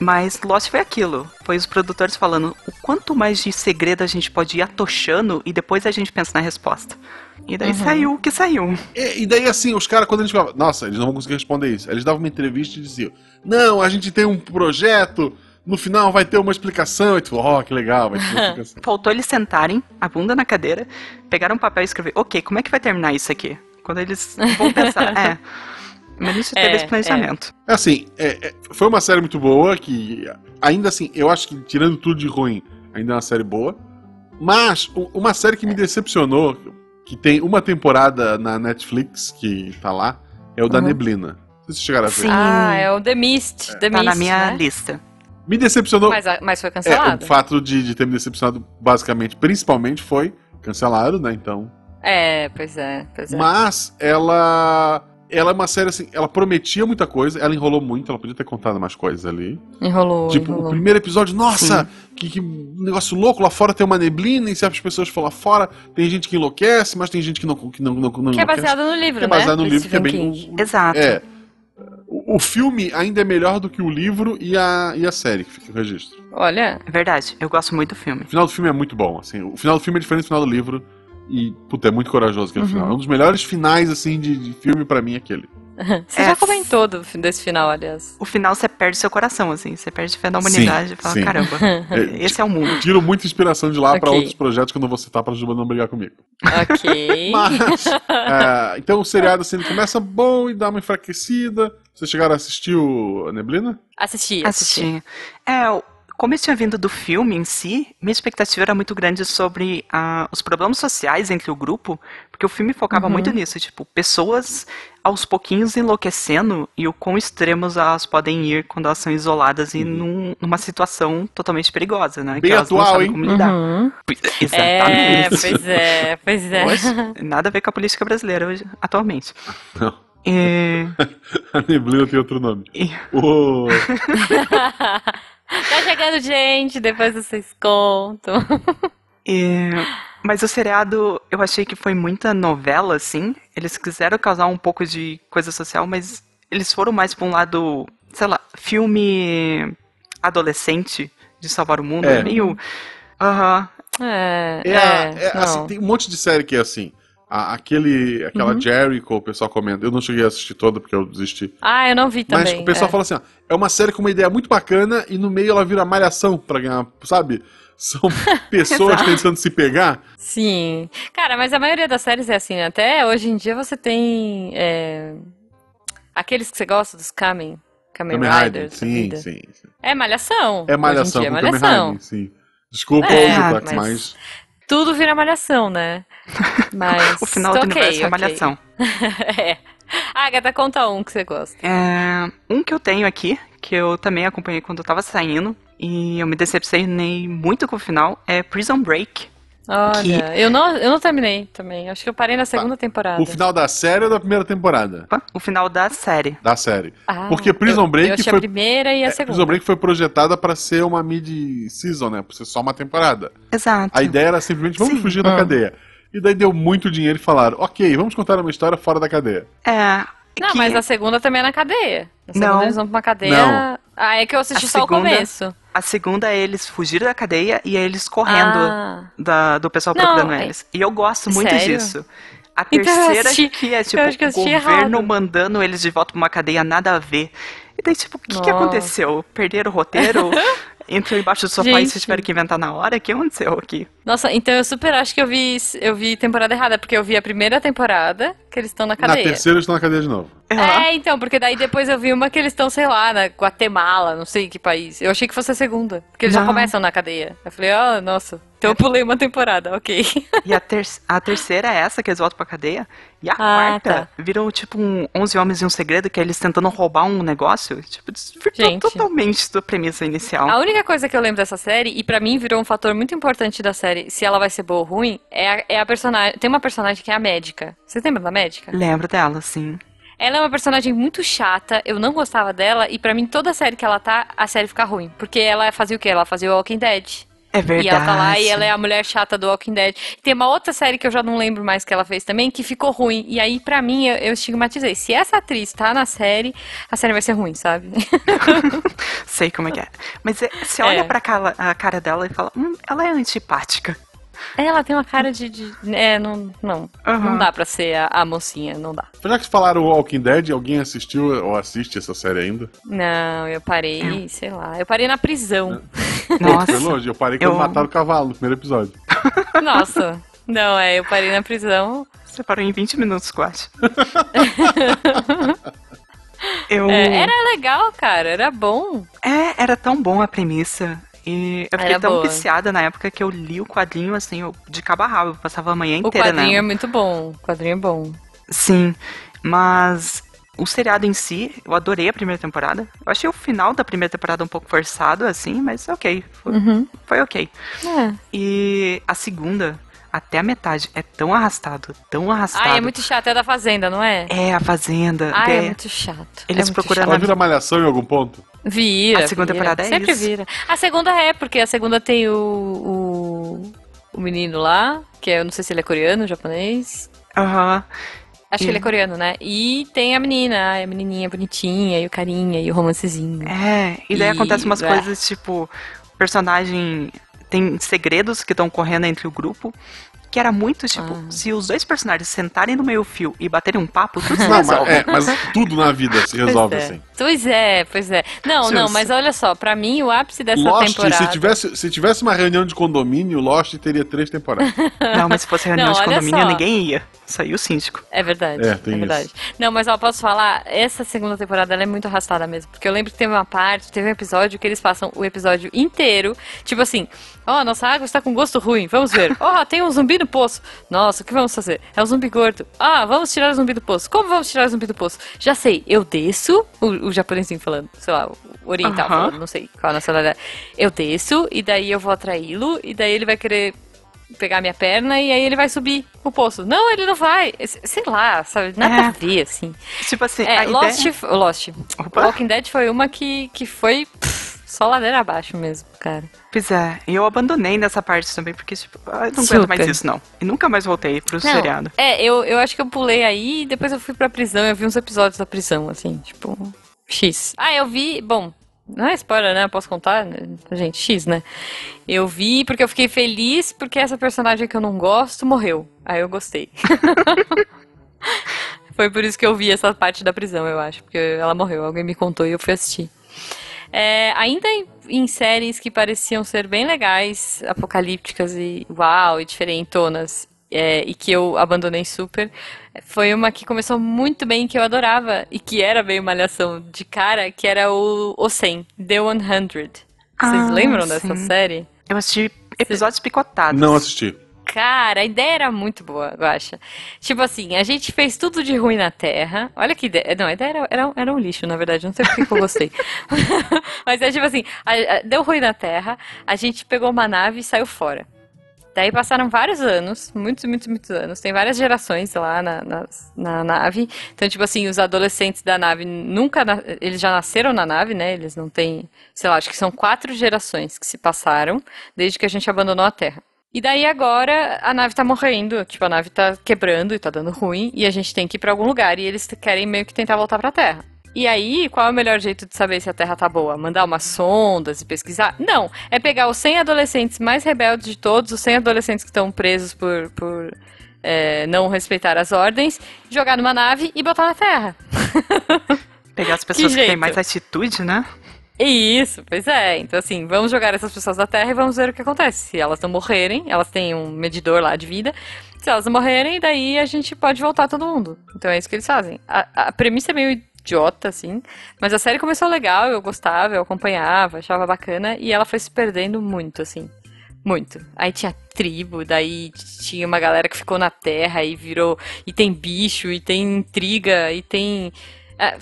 Speaker 3: Mas Lost foi aquilo. Foi os produtores falando o quanto mais de segredo a gente pode ir atochando e depois a gente pensa na resposta. E daí saiu o que saiu.
Speaker 2: E, e daí, assim, os caras, quando a gente falava, nossa, eles não vão conseguir responder isso. Eles davam uma entrevista e diziam, não, a gente tem um projeto, no final vai ter uma explicação. E tu, ó, que legal, vai ter
Speaker 3: [LAUGHS]
Speaker 2: uma explicação.
Speaker 3: Faltou eles sentarem a bunda na cadeira, pegaram um papel e escrever, ok, como é que vai terminar isso aqui? Quando eles
Speaker 1: [LAUGHS]
Speaker 3: vão pensar, é. Mas isso teve
Speaker 1: É,
Speaker 3: esse planejamento.
Speaker 2: Assim, é, é, foi uma série muito boa, que ainda assim, eu acho que tirando tudo de ruim, ainda é uma série boa. Mas u- uma série que me decepcionou, que tem uma temporada na Netflix, que tá lá, é o da
Speaker 3: Uhum.
Speaker 2: Neblina. Vocês chegaram a ver.
Speaker 3: Sim.
Speaker 1: Ah, é o The Mist. The
Speaker 3: Tá
Speaker 1: Mist,
Speaker 3: na minha
Speaker 1: né?
Speaker 3: lista.
Speaker 2: Me decepcionou.
Speaker 1: Mas, a- mas foi
Speaker 2: é, o
Speaker 1: cancelado.
Speaker 2: fato de, de ter me decepcionado, basicamente, principalmente, foi cancelado, né? Então,
Speaker 1: É, pois é, pois é.
Speaker 2: Mas ela. Ela é uma série assim, ela prometia muita coisa, ela enrolou muito, ela podia ter contado mais coisas ali.
Speaker 1: Enrolou,
Speaker 2: tipo, o
Speaker 1: enrolou.
Speaker 2: primeiro episódio, nossa, que, que negócio louco, lá fora tem uma neblina e certas pessoas falam lá fora, tem gente que enlouquece, mas tem gente que não que não, não, não
Speaker 1: Que é
Speaker 2: enlouquece.
Speaker 1: baseado no livro,
Speaker 2: Que é
Speaker 1: né?
Speaker 2: baseado no
Speaker 1: do
Speaker 2: livro, que é
Speaker 1: Stephen
Speaker 2: bem.
Speaker 1: King.
Speaker 2: o- o-
Speaker 3: Exato.
Speaker 2: é. O, o filme ainda é melhor do que o livro e a, e a série, que fica o registro.
Speaker 1: Olha,
Speaker 3: É verdade, eu gosto muito do filme.
Speaker 2: O final do filme é muito bom, assim. O final do filme é diferente do final do livro. E, puta, é muito corajoso aquele
Speaker 1: Uhum.
Speaker 2: final. É um dos melhores finais, assim, de, de filme pra mim, aquele.
Speaker 1: você
Speaker 3: É.
Speaker 1: já comentou do, desse final, aliás.
Speaker 3: O final você perde seu coração, assim, você perde fé na
Speaker 2: Sim,
Speaker 3: humanidade. fala,
Speaker 2: sim.
Speaker 3: caramba,
Speaker 2: [LAUGHS] É,
Speaker 3: esse é o mundo.
Speaker 2: Tiro muita inspiração de lá pra
Speaker 1: Ok.
Speaker 2: outros projetos que eu não vou citar pra Juba não brigar comigo.
Speaker 1: Ok. [LAUGHS]
Speaker 2: [LAUGHS] Mas, é, então o seriado assim, ele começa bom e dá uma enfraquecida. Vocês chegaram a assistir o a Neblina? [LAUGHS]
Speaker 1: Assisti, assisti.
Speaker 3: Assisti. É, o- como eu tinha vindo do filme em si, minha expectativa era muito grande sobre
Speaker 2: Uhum.
Speaker 3: ah, os problemas sociais entre o grupo, porque o filme focava muito nisso, tipo, pessoas aos pouquinhos enlouquecendo e o quão extremos elas podem ir quando elas são isoladas e num- numa situação totalmente perigosa, né?
Speaker 2: Uhum. Bem
Speaker 3: que elas não
Speaker 2: atual,
Speaker 3: sabem
Speaker 2: hein? Uhum.
Speaker 3: como lidar. Pois-
Speaker 1: Uhum. É,
Speaker 3: Exatamente.
Speaker 1: pois é, pois é.
Speaker 3: Hoje, nada a ver com a política brasileira hoje, atualmente.
Speaker 2: [LAUGHS] Não.
Speaker 3: E-
Speaker 2: A neblina tem outro nome.
Speaker 3: e-
Speaker 2: O...
Speaker 1: [LAUGHS] tá chegando gente, depois vocês contam.
Speaker 3: E- É, Mas o seriado, eu achei que foi muita novela, assim. Eles quiseram causar um pouco de coisa social, mas eles foram mais pra um lado, sei lá, filme adolescente de salvar o mundo.
Speaker 2: É.
Speaker 3: Meio. Aham.
Speaker 1: É,
Speaker 2: É, a-
Speaker 1: é, não.
Speaker 2: é,
Speaker 1: Uhum.
Speaker 2: assim, tem um monte de série que é assim. A- aquele, aquela Jericho, o pessoal comenta. Eu não cheguei a assistir toda porque eu desisti.
Speaker 1: Ah, eu não vi
Speaker 2: Mas
Speaker 1: também.
Speaker 2: o pessoal
Speaker 1: é.
Speaker 2: fala assim: ó, é uma série com uma ideia muito bacana e no meio ela vira malhação pra ganhar, sabe? [LAUGHS] São pessoas
Speaker 3: Exato.
Speaker 2: tentando se pegar.
Speaker 1: Sim. Cara, mas a maioria das séries é assim, né? Até hoje em dia você tem é, aqueles que você gosta dos Kamen, Kamen,
Speaker 2: Kamen Rider,
Speaker 1: Riders. da
Speaker 2: sim,
Speaker 1: vida.
Speaker 2: sim, sim.
Speaker 1: É malhação.
Speaker 2: É malhação
Speaker 1: Hoje em dia
Speaker 2: com
Speaker 1: é
Speaker 2: Kamen
Speaker 1: malhação.
Speaker 2: Rider, sim. Desculpa
Speaker 1: É,
Speaker 2: o Jublax,
Speaker 1: mas-
Speaker 2: mas.
Speaker 1: Tudo vira malhação,
Speaker 3: [LAUGHS]
Speaker 1: né? Mas.
Speaker 3: O final do
Speaker 1: ok,
Speaker 3: universo é
Speaker 1: ok.
Speaker 3: malhação.
Speaker 1: é. Agatha, conta um que você gosta.
Speaker 3: É, um que eu tenho aqui, que eu também acompanhei quando eu tava saindo, e eu me decepcionei muito com o final, é Prison Break.
Speaker 1: Olha, eu, não, eu não terminei também. Acho que eu parei
Speaker 2: Tá.
Speaker 1: na segunda temporada.
Speaker 2: O final da série ou da primeira temporada?
Speaker 3: Opa, O final da série.
Speaker 2: Da série.
Speaker 1: Ah,
Speaker 2: Porque Prison
Speaker 1: eu-
Speaker 2: Break
Speaker 1: eu achei
Speaker 2: foi-
Speaker 1: a primeira e a
Speaker 2: É,
Speaker 1: segunda.
Speaker 2: Prison Break foi projetada pra ser uma mid-season, né? Pra ser só uma temporada.
Speaker 3: Exato.
Speaker 2: A ideia era simplesmente vamos
Speaker 3: Sim.
Speaker 2: fugir da
Speaker 3: Ah.
Speaker 2: cadeia. E daí deu muito dinheiro e falaram, ok, vamos contar uma história fora da cadeia.
Speaker 3: É.
Speaker 1: Não,
Speaker 3: que-
Speaker 1: mas a segunda também é na cadeia. Na segunda
Speaker 3: Não.
Speaker 1: eles vão pra uma cadeia.
Speaker 2: Não.
Speaker 1: Ah, é que eu assisti
Speaker 3: A
Speaker 1: só o
Speaker 3: segunda-
Speaker 1: começo.
Speaker 3: A segunda é eles fugirem da cadeia e é eles correndo
Speaker 1: Ah.
Speaker 3: da- do pessoal
Speaker 1: Não,
Speaker 3: procurando
Speaker 1: é-
Speaker 3: eles. E eu gosto muito
Speaker 1: Sério?
Speaker 3: disso. A
Speaker 1: Então eu
Speaker 3: terceira
Speaker 1: assisti-
Speaker 3: que é tipo
Speaker 1: eu acho que eu
Speaker 3: o
Speaker 1: assisti
Speaker 3: governo
Speaker 1: errado.
Speaker 3: mandando eles de volta pra uma cadeia nada a ver. E daí, tipo, o que,
Speaker 1: Nossa.
Speaker 3: que aconteceu? Perderam o
Speaker 1: [LAUGHS]
Speaker 3: roteiro? Entrou embaixo do sofá e
Speaker 1: Gente.
Speaker 3: vocês tiveram que inventar na hora? O que aconteceu aqui?
Speaker 1: Nossa, então eu super acho que eu vi, eu vi temporada errada, porque eu vi a primeira temporada que eles estão na
Speaker 2: Na
Speaker 1: cadeia.
Speaker 2: terceira eles estão na cadeia de novo.
Speaker 3: Ela-
Speaker 1: É, então, porque daí depois eu vi uma que eles estão, sei lá, na Guatemala, não sei que país. Eu achei que fosse a segunda, porque eles já
Speaker 3: Não.
Speaker 1: começam na cadeia. Eu falei, ó, nossa, então eu pulei uma temporada, ok.
Speaker 3: E a, ter- a terceira é essa que eles voltam pra cadeia.
Speaker 1: Ah,
Speaker 3: E a
Speaker 1: tá.
Speaker 3: quarta virou tipo um 11 homens e um segredo, que é eles tentando roubar um negócio. Tipo, desvirtuou
Speaker 1: Gente.
Speaker 3: totalmente da premissa inicial.
Speaker 1: A única coisa que eu lembro dessa série, e pra mim virou um fator muito importante da série, se ela vai ser boa ou ruim, é a, é a personagem. Tem uma personagem que é a médica. Vocês lembram da médica?
Speaker 3: Lembro dela, sim.
Speaker 1: Ela é uma personagem muito chata, eu não gostava dela, e pra mim toda série que ela tá, a série fica ruim. Porque ela fazia o quê? Ela fazia o Walking Dead.
Speaker 3: É verdade.
Speaker 1: E ela tá lá e ela é a mulher chata do Walking Dead. Tem uma outra série que eu já não lembro mais que ela fez também, que ficou ruim. E aí, pra mim, eu, eu estigmatizei. Se essa atriz tá na série, a série vai ser ruim, sabe? [LAUGHS]
Speaker 3: Sei como é que é. Mas é- você olha
Speaker 1: É.
Speaker 3: pra cara, a cara dela e fala, hum, ela é antipática.
Speaker 1: ela tem uma cara de. de- é, não. Não,
Speaker 3: Aham.
Speaker 1: não dá pra ser a, a mocinha, não dá.
Speaker 2: Já que falaram Walking Dead, alguém assistiu ou assiste essa série ainda?
Speaker 1: Não, eu parei, sei lá. Eu parei na prisão.
Speaker 3: Nossa.
Speaker 2: Foi longe, eu parei quando
Speaker 3: Eu-
Speaker 2: mataram o cavalo no primeiro episódio.
Speaker 1: [LAUGHS] Nossa. Não, é, eu parei na prisão.
Speaker 3: Você parou em 20
Speaker 1: [LAUGHS]
Speaker 3: minutos, quase. Eu...
Speaker 1: É, era legal, cara, era bom.
Speaker 3: É, era tão bom a premissa. E eu fiquei
Speaker 1: Era
Speaker 3: tão
Speaker 1: boa.
Speaker 3: viciada na época que eu li o quadrinho, assim, eu- de cabo a rabo. Eu passava a manhã
Speaker 1: O
Speaker 3: inteira,
Speaker 1: quadrinho é
Speaker 3: né?
Speaker 1: muito bom. O quadrinho é bom.
Speaker 3: Sim. Mas o seriado em si, eu adorei a primeira temporada. Eu achei o final da primeira temporada um pouco forçado, assim, mas ok. Foi,
Speaker 1: Uhum.
Speaker 3: foi ok.
Speaker 1: É.
Speaker 3: E a segunda, até a metade, é tão arrastado, tão arrastado.
Speaker 1: Ah, é muito chato, é da Fazenda, não é?
Speaker 3: É, a Fazenda.
Speaker 1: Ah, é
Speaker 3: é-
Speaker 1: muito chato.
Speaker 3: Eles
Speaker 1: é muito
Speaker 3: procuram
Speaker 2: Ela
Speaker 3: Ela-
Speaker 2: vira malhação em
Speaker 1: [LAUGHS]
Speaker 2: algum ponto?
Speaker 1: chato. Vira.
Speaker 3: A segunda
Speaker 1: vira.
Speaker 3: temporada é
Speaker 1: Sempre
Speaker 3: isso.
Speaker 1: vira. A segunda é, porque a segunda tem o, o, o menino lá, que é- eu não sei se ele é coreano, japonês.
Speaker 3: Aham.
Speaker 1: Acho
Speaker 3: Uhum.
Speaker 1: que ele é coreano, né? E tem a menina, ai, a menininha bonitinha, e o carinha, e o romancezinho.
Speaker 3: É, e daí
Speaker 1: E-
Speaker 3: acontecem umas
Speaker 1: é.
Speaker 3: coisas tipo: o personagem tem segredos que estão correndo entre o grupo. Que era muito tipo:
Speaker 1: Ah.
Speaker 3: se os dois personagens sentarem no meio fio e baterem um papo, tudo se
Speaker 2: Não, mas,
Speaker 3: resolve.
Speaker 2: é, mas tudo na vida se resolve
Speaker 1: pois é.
Speaker 2: assim.
Speaker 1: Pois é, pois é. Não,
Speaker 3: Justo.
Speaker 1: não, mas olha só, pra mim o ápice dessa
Speaker 2: Lost,
Speaker 1: temporada.
Speaker 2: se tivesse, se tivesse uma reunião de condomínio, Lost teria três
Speaker 1: [LAUGHS]
Speaker 2: temporadas.
Speaker 3: Não, mas se fosse reunião
Speaker 1: Não,
Speaker 3: de
Speaker 1: olha
Speaker 3: condomínio,
Speaker 1: só.
Speaker 3: ninguém ia. Saiu o síndico.
Speaker 1: É verdade.
Speaker 2: É, tem
Speaker 1: verdade. Não, mas ó, posso falar, essa segunda temporada ela é muito arrastada mesmo. Porque eu lembro que teve uma parte, teve um episódio que eles passam o episódio inteiro. Tipo assim, Ó, nossa água está com gosto ruim, vamos ver. Ó, [LAUGHS] tem um zumbi no poço. Nossa, o que vamos fazer? É um zumbi gordo. Ah, vamos tirar o zumbi do poço. Como vamos tirar o zumbi do poço? Já sei, eu desço, o, o japonesinho falando, sei lá, o oriental
Speaker 3: Aham.
Speaker 1: falando, não sei qual a nacionalidade. Eu desço, e daí eu vou atraí-lo, e daí ele vai querer pegar minha perna, e aí ele vai subir o poço. Não, ele não vai. Se- Sei lá, sabe? Nada
Speaker 3: É.
Speaker 1: a ver, assim.
Speaker 3: Tipo assim,
Speaker 1: É,
Speaker 3: a
Speaker 1: Lost,
Speaker 3: ideia...
Speaker 1: f- Lost.
Speaker 3: Opa.
Speaker 1: Walking Dead foi uma que, que foi pff, só ladeira abaixo mesmo, cara.
Speaker 3: Pois é, e eu abandonei nessa parte também, porque tipo, ah, eu não
Speaker 1: Super.
Speaker 3: aguento mais isso, não. E nunca mais voltei pro
Speaker 1: Não,
Speaker 3: seriado.
Speaker 1: É, eu, eu acho que eu pulei aí e depois eu fui pra prisão. Eu vi uns episódios da prisão, assim, tipo. X. Ah, eu vi. Bom, não é spoiler, né? Eu Posso contar? né? Gente, X, né? Eu vi porque eu fiquei feliz porque essa personagem que eu não gosto morreu. Aí eu gostei. [LAUGHS] Foi por isso que eu vi essa parte da prisão, eu acho. Porque ela morreu. Alguém me contou e eu fui assistir. É, ainda em, em séries que pareciam ser bem legais, apocalípticas e uau, e diferentonas, é, e que eu abandonei super, foi uma que começou muito bem, que eu adorava, e que era meio malhação de cara, que era o, o 100, The 100. Vocês
Speaker 3: Ah,
Speaker 1: lembram dessa
Speaker 3: sim.
Speaker 1: série?
Speaker 3: Eu assisti episódios picotados.
Speaker 2: Não assisti.
Speaker 1: Cara, a ideia era muito boa, eu acho. Tipo assim, a gente fez tudo de ruim na Terra. Olha que ideia. Não, a ideia era, era, um- era um lixo, na verdade. Não sei por que que eu gostei. [LAUGHS] Mas é tipo assim, a- a- deu ruim na Terra, a gente pegou uma nave e saiu fora. Daí passaram vários anos, muitos, muitos, muitos anos. Tem várias gerações lá na, nas- na nave. Então, tipo assim, os adolescentes da nave nunca. na- Eles já nasceram na nave, né? Eles não têm. Sei lá, acho que são quatro gerações que se passaram desde que a gente abandonou a Terra. E daí agora a nave tá morrendo, tipo, a nave tá quebrando e tá dando ruim, e a gente tem que ir pra algum lugar, e eles querem meio que tentar voltar pra Terra. E aí, qual é o melhor jeito de saber se a Terra tá boa? Mandar umas sondas e pesquisar? Não, é pegar os 100 adolescentes mais rebeldes de todos, os 100 adolescentes que estão presos por, por é, não respeitar as ordens, jogar numa nave e botar na Terra.
Speaker 3: Pegar as pessoas que, têm
Speaker 1: jeito.
Speaker 3: mais atitude, né?
Speaker 1: Isso, pois é. Então, assim, vamos jogar essas pessoas da Terra e vamos ver o que acontece. Se elas não morrerem, elas têm um medidor lá de vida. Se elas não morrerem, daí a gente pode voltar todo mundo. Então é isso que eles fazem. A, a premissa é meio idiota, assim, mas a série começou legal, eu gostava, eu acompanhava, achava bacana, e ela foi se perdendo muito, assim. Muito. Aí tinha tribo, daí tinha uma galera que ficou na terra e virou. E tem bicho, e tem intriga, e tem. É,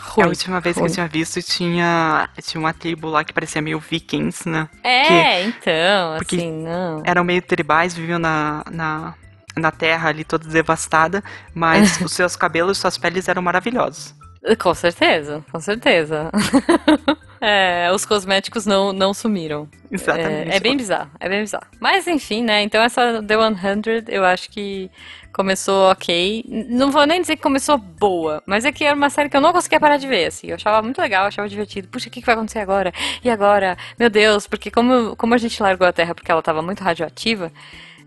Speaker 1: ruim.
Speaker 3: a última vez que
Speaker 1: ruim.
Speaker 3: eu tinha visto tinha, tinha uma tribo lá que parecia meio vikings, né?
Speaker 1: É, então,
Speaker 3: porque-
Speaker 1: assim, não.
Speaker 3: Eram meio tribais, viviam na, na, na terra ali toda devastada,
Speaker 1: [LAUGHS]
Speaker 3: mas os seus cabelos, suas peles eram maravilhosos.
Speaker 1: Com certeza, com certeza. [LAUGHS] É, os cosméticos não, não sumiram.
Speaker 3: Exatamente.
Speaker 1: É, é bem bizarro, é bem bizarro. Mas enfim, né? Então essa The 100 eu acho que começou ok. N- Não vou nem dizer que começou boa, mas é que era uma série que eu não conseguia parar de ver, assim. Eu achava muito legal, achava divertido. Puxa, o que que vai acontecer agora? E agora? Meu Deus, porque como, como a gente largou a Terra porque ela tava muito radioativa,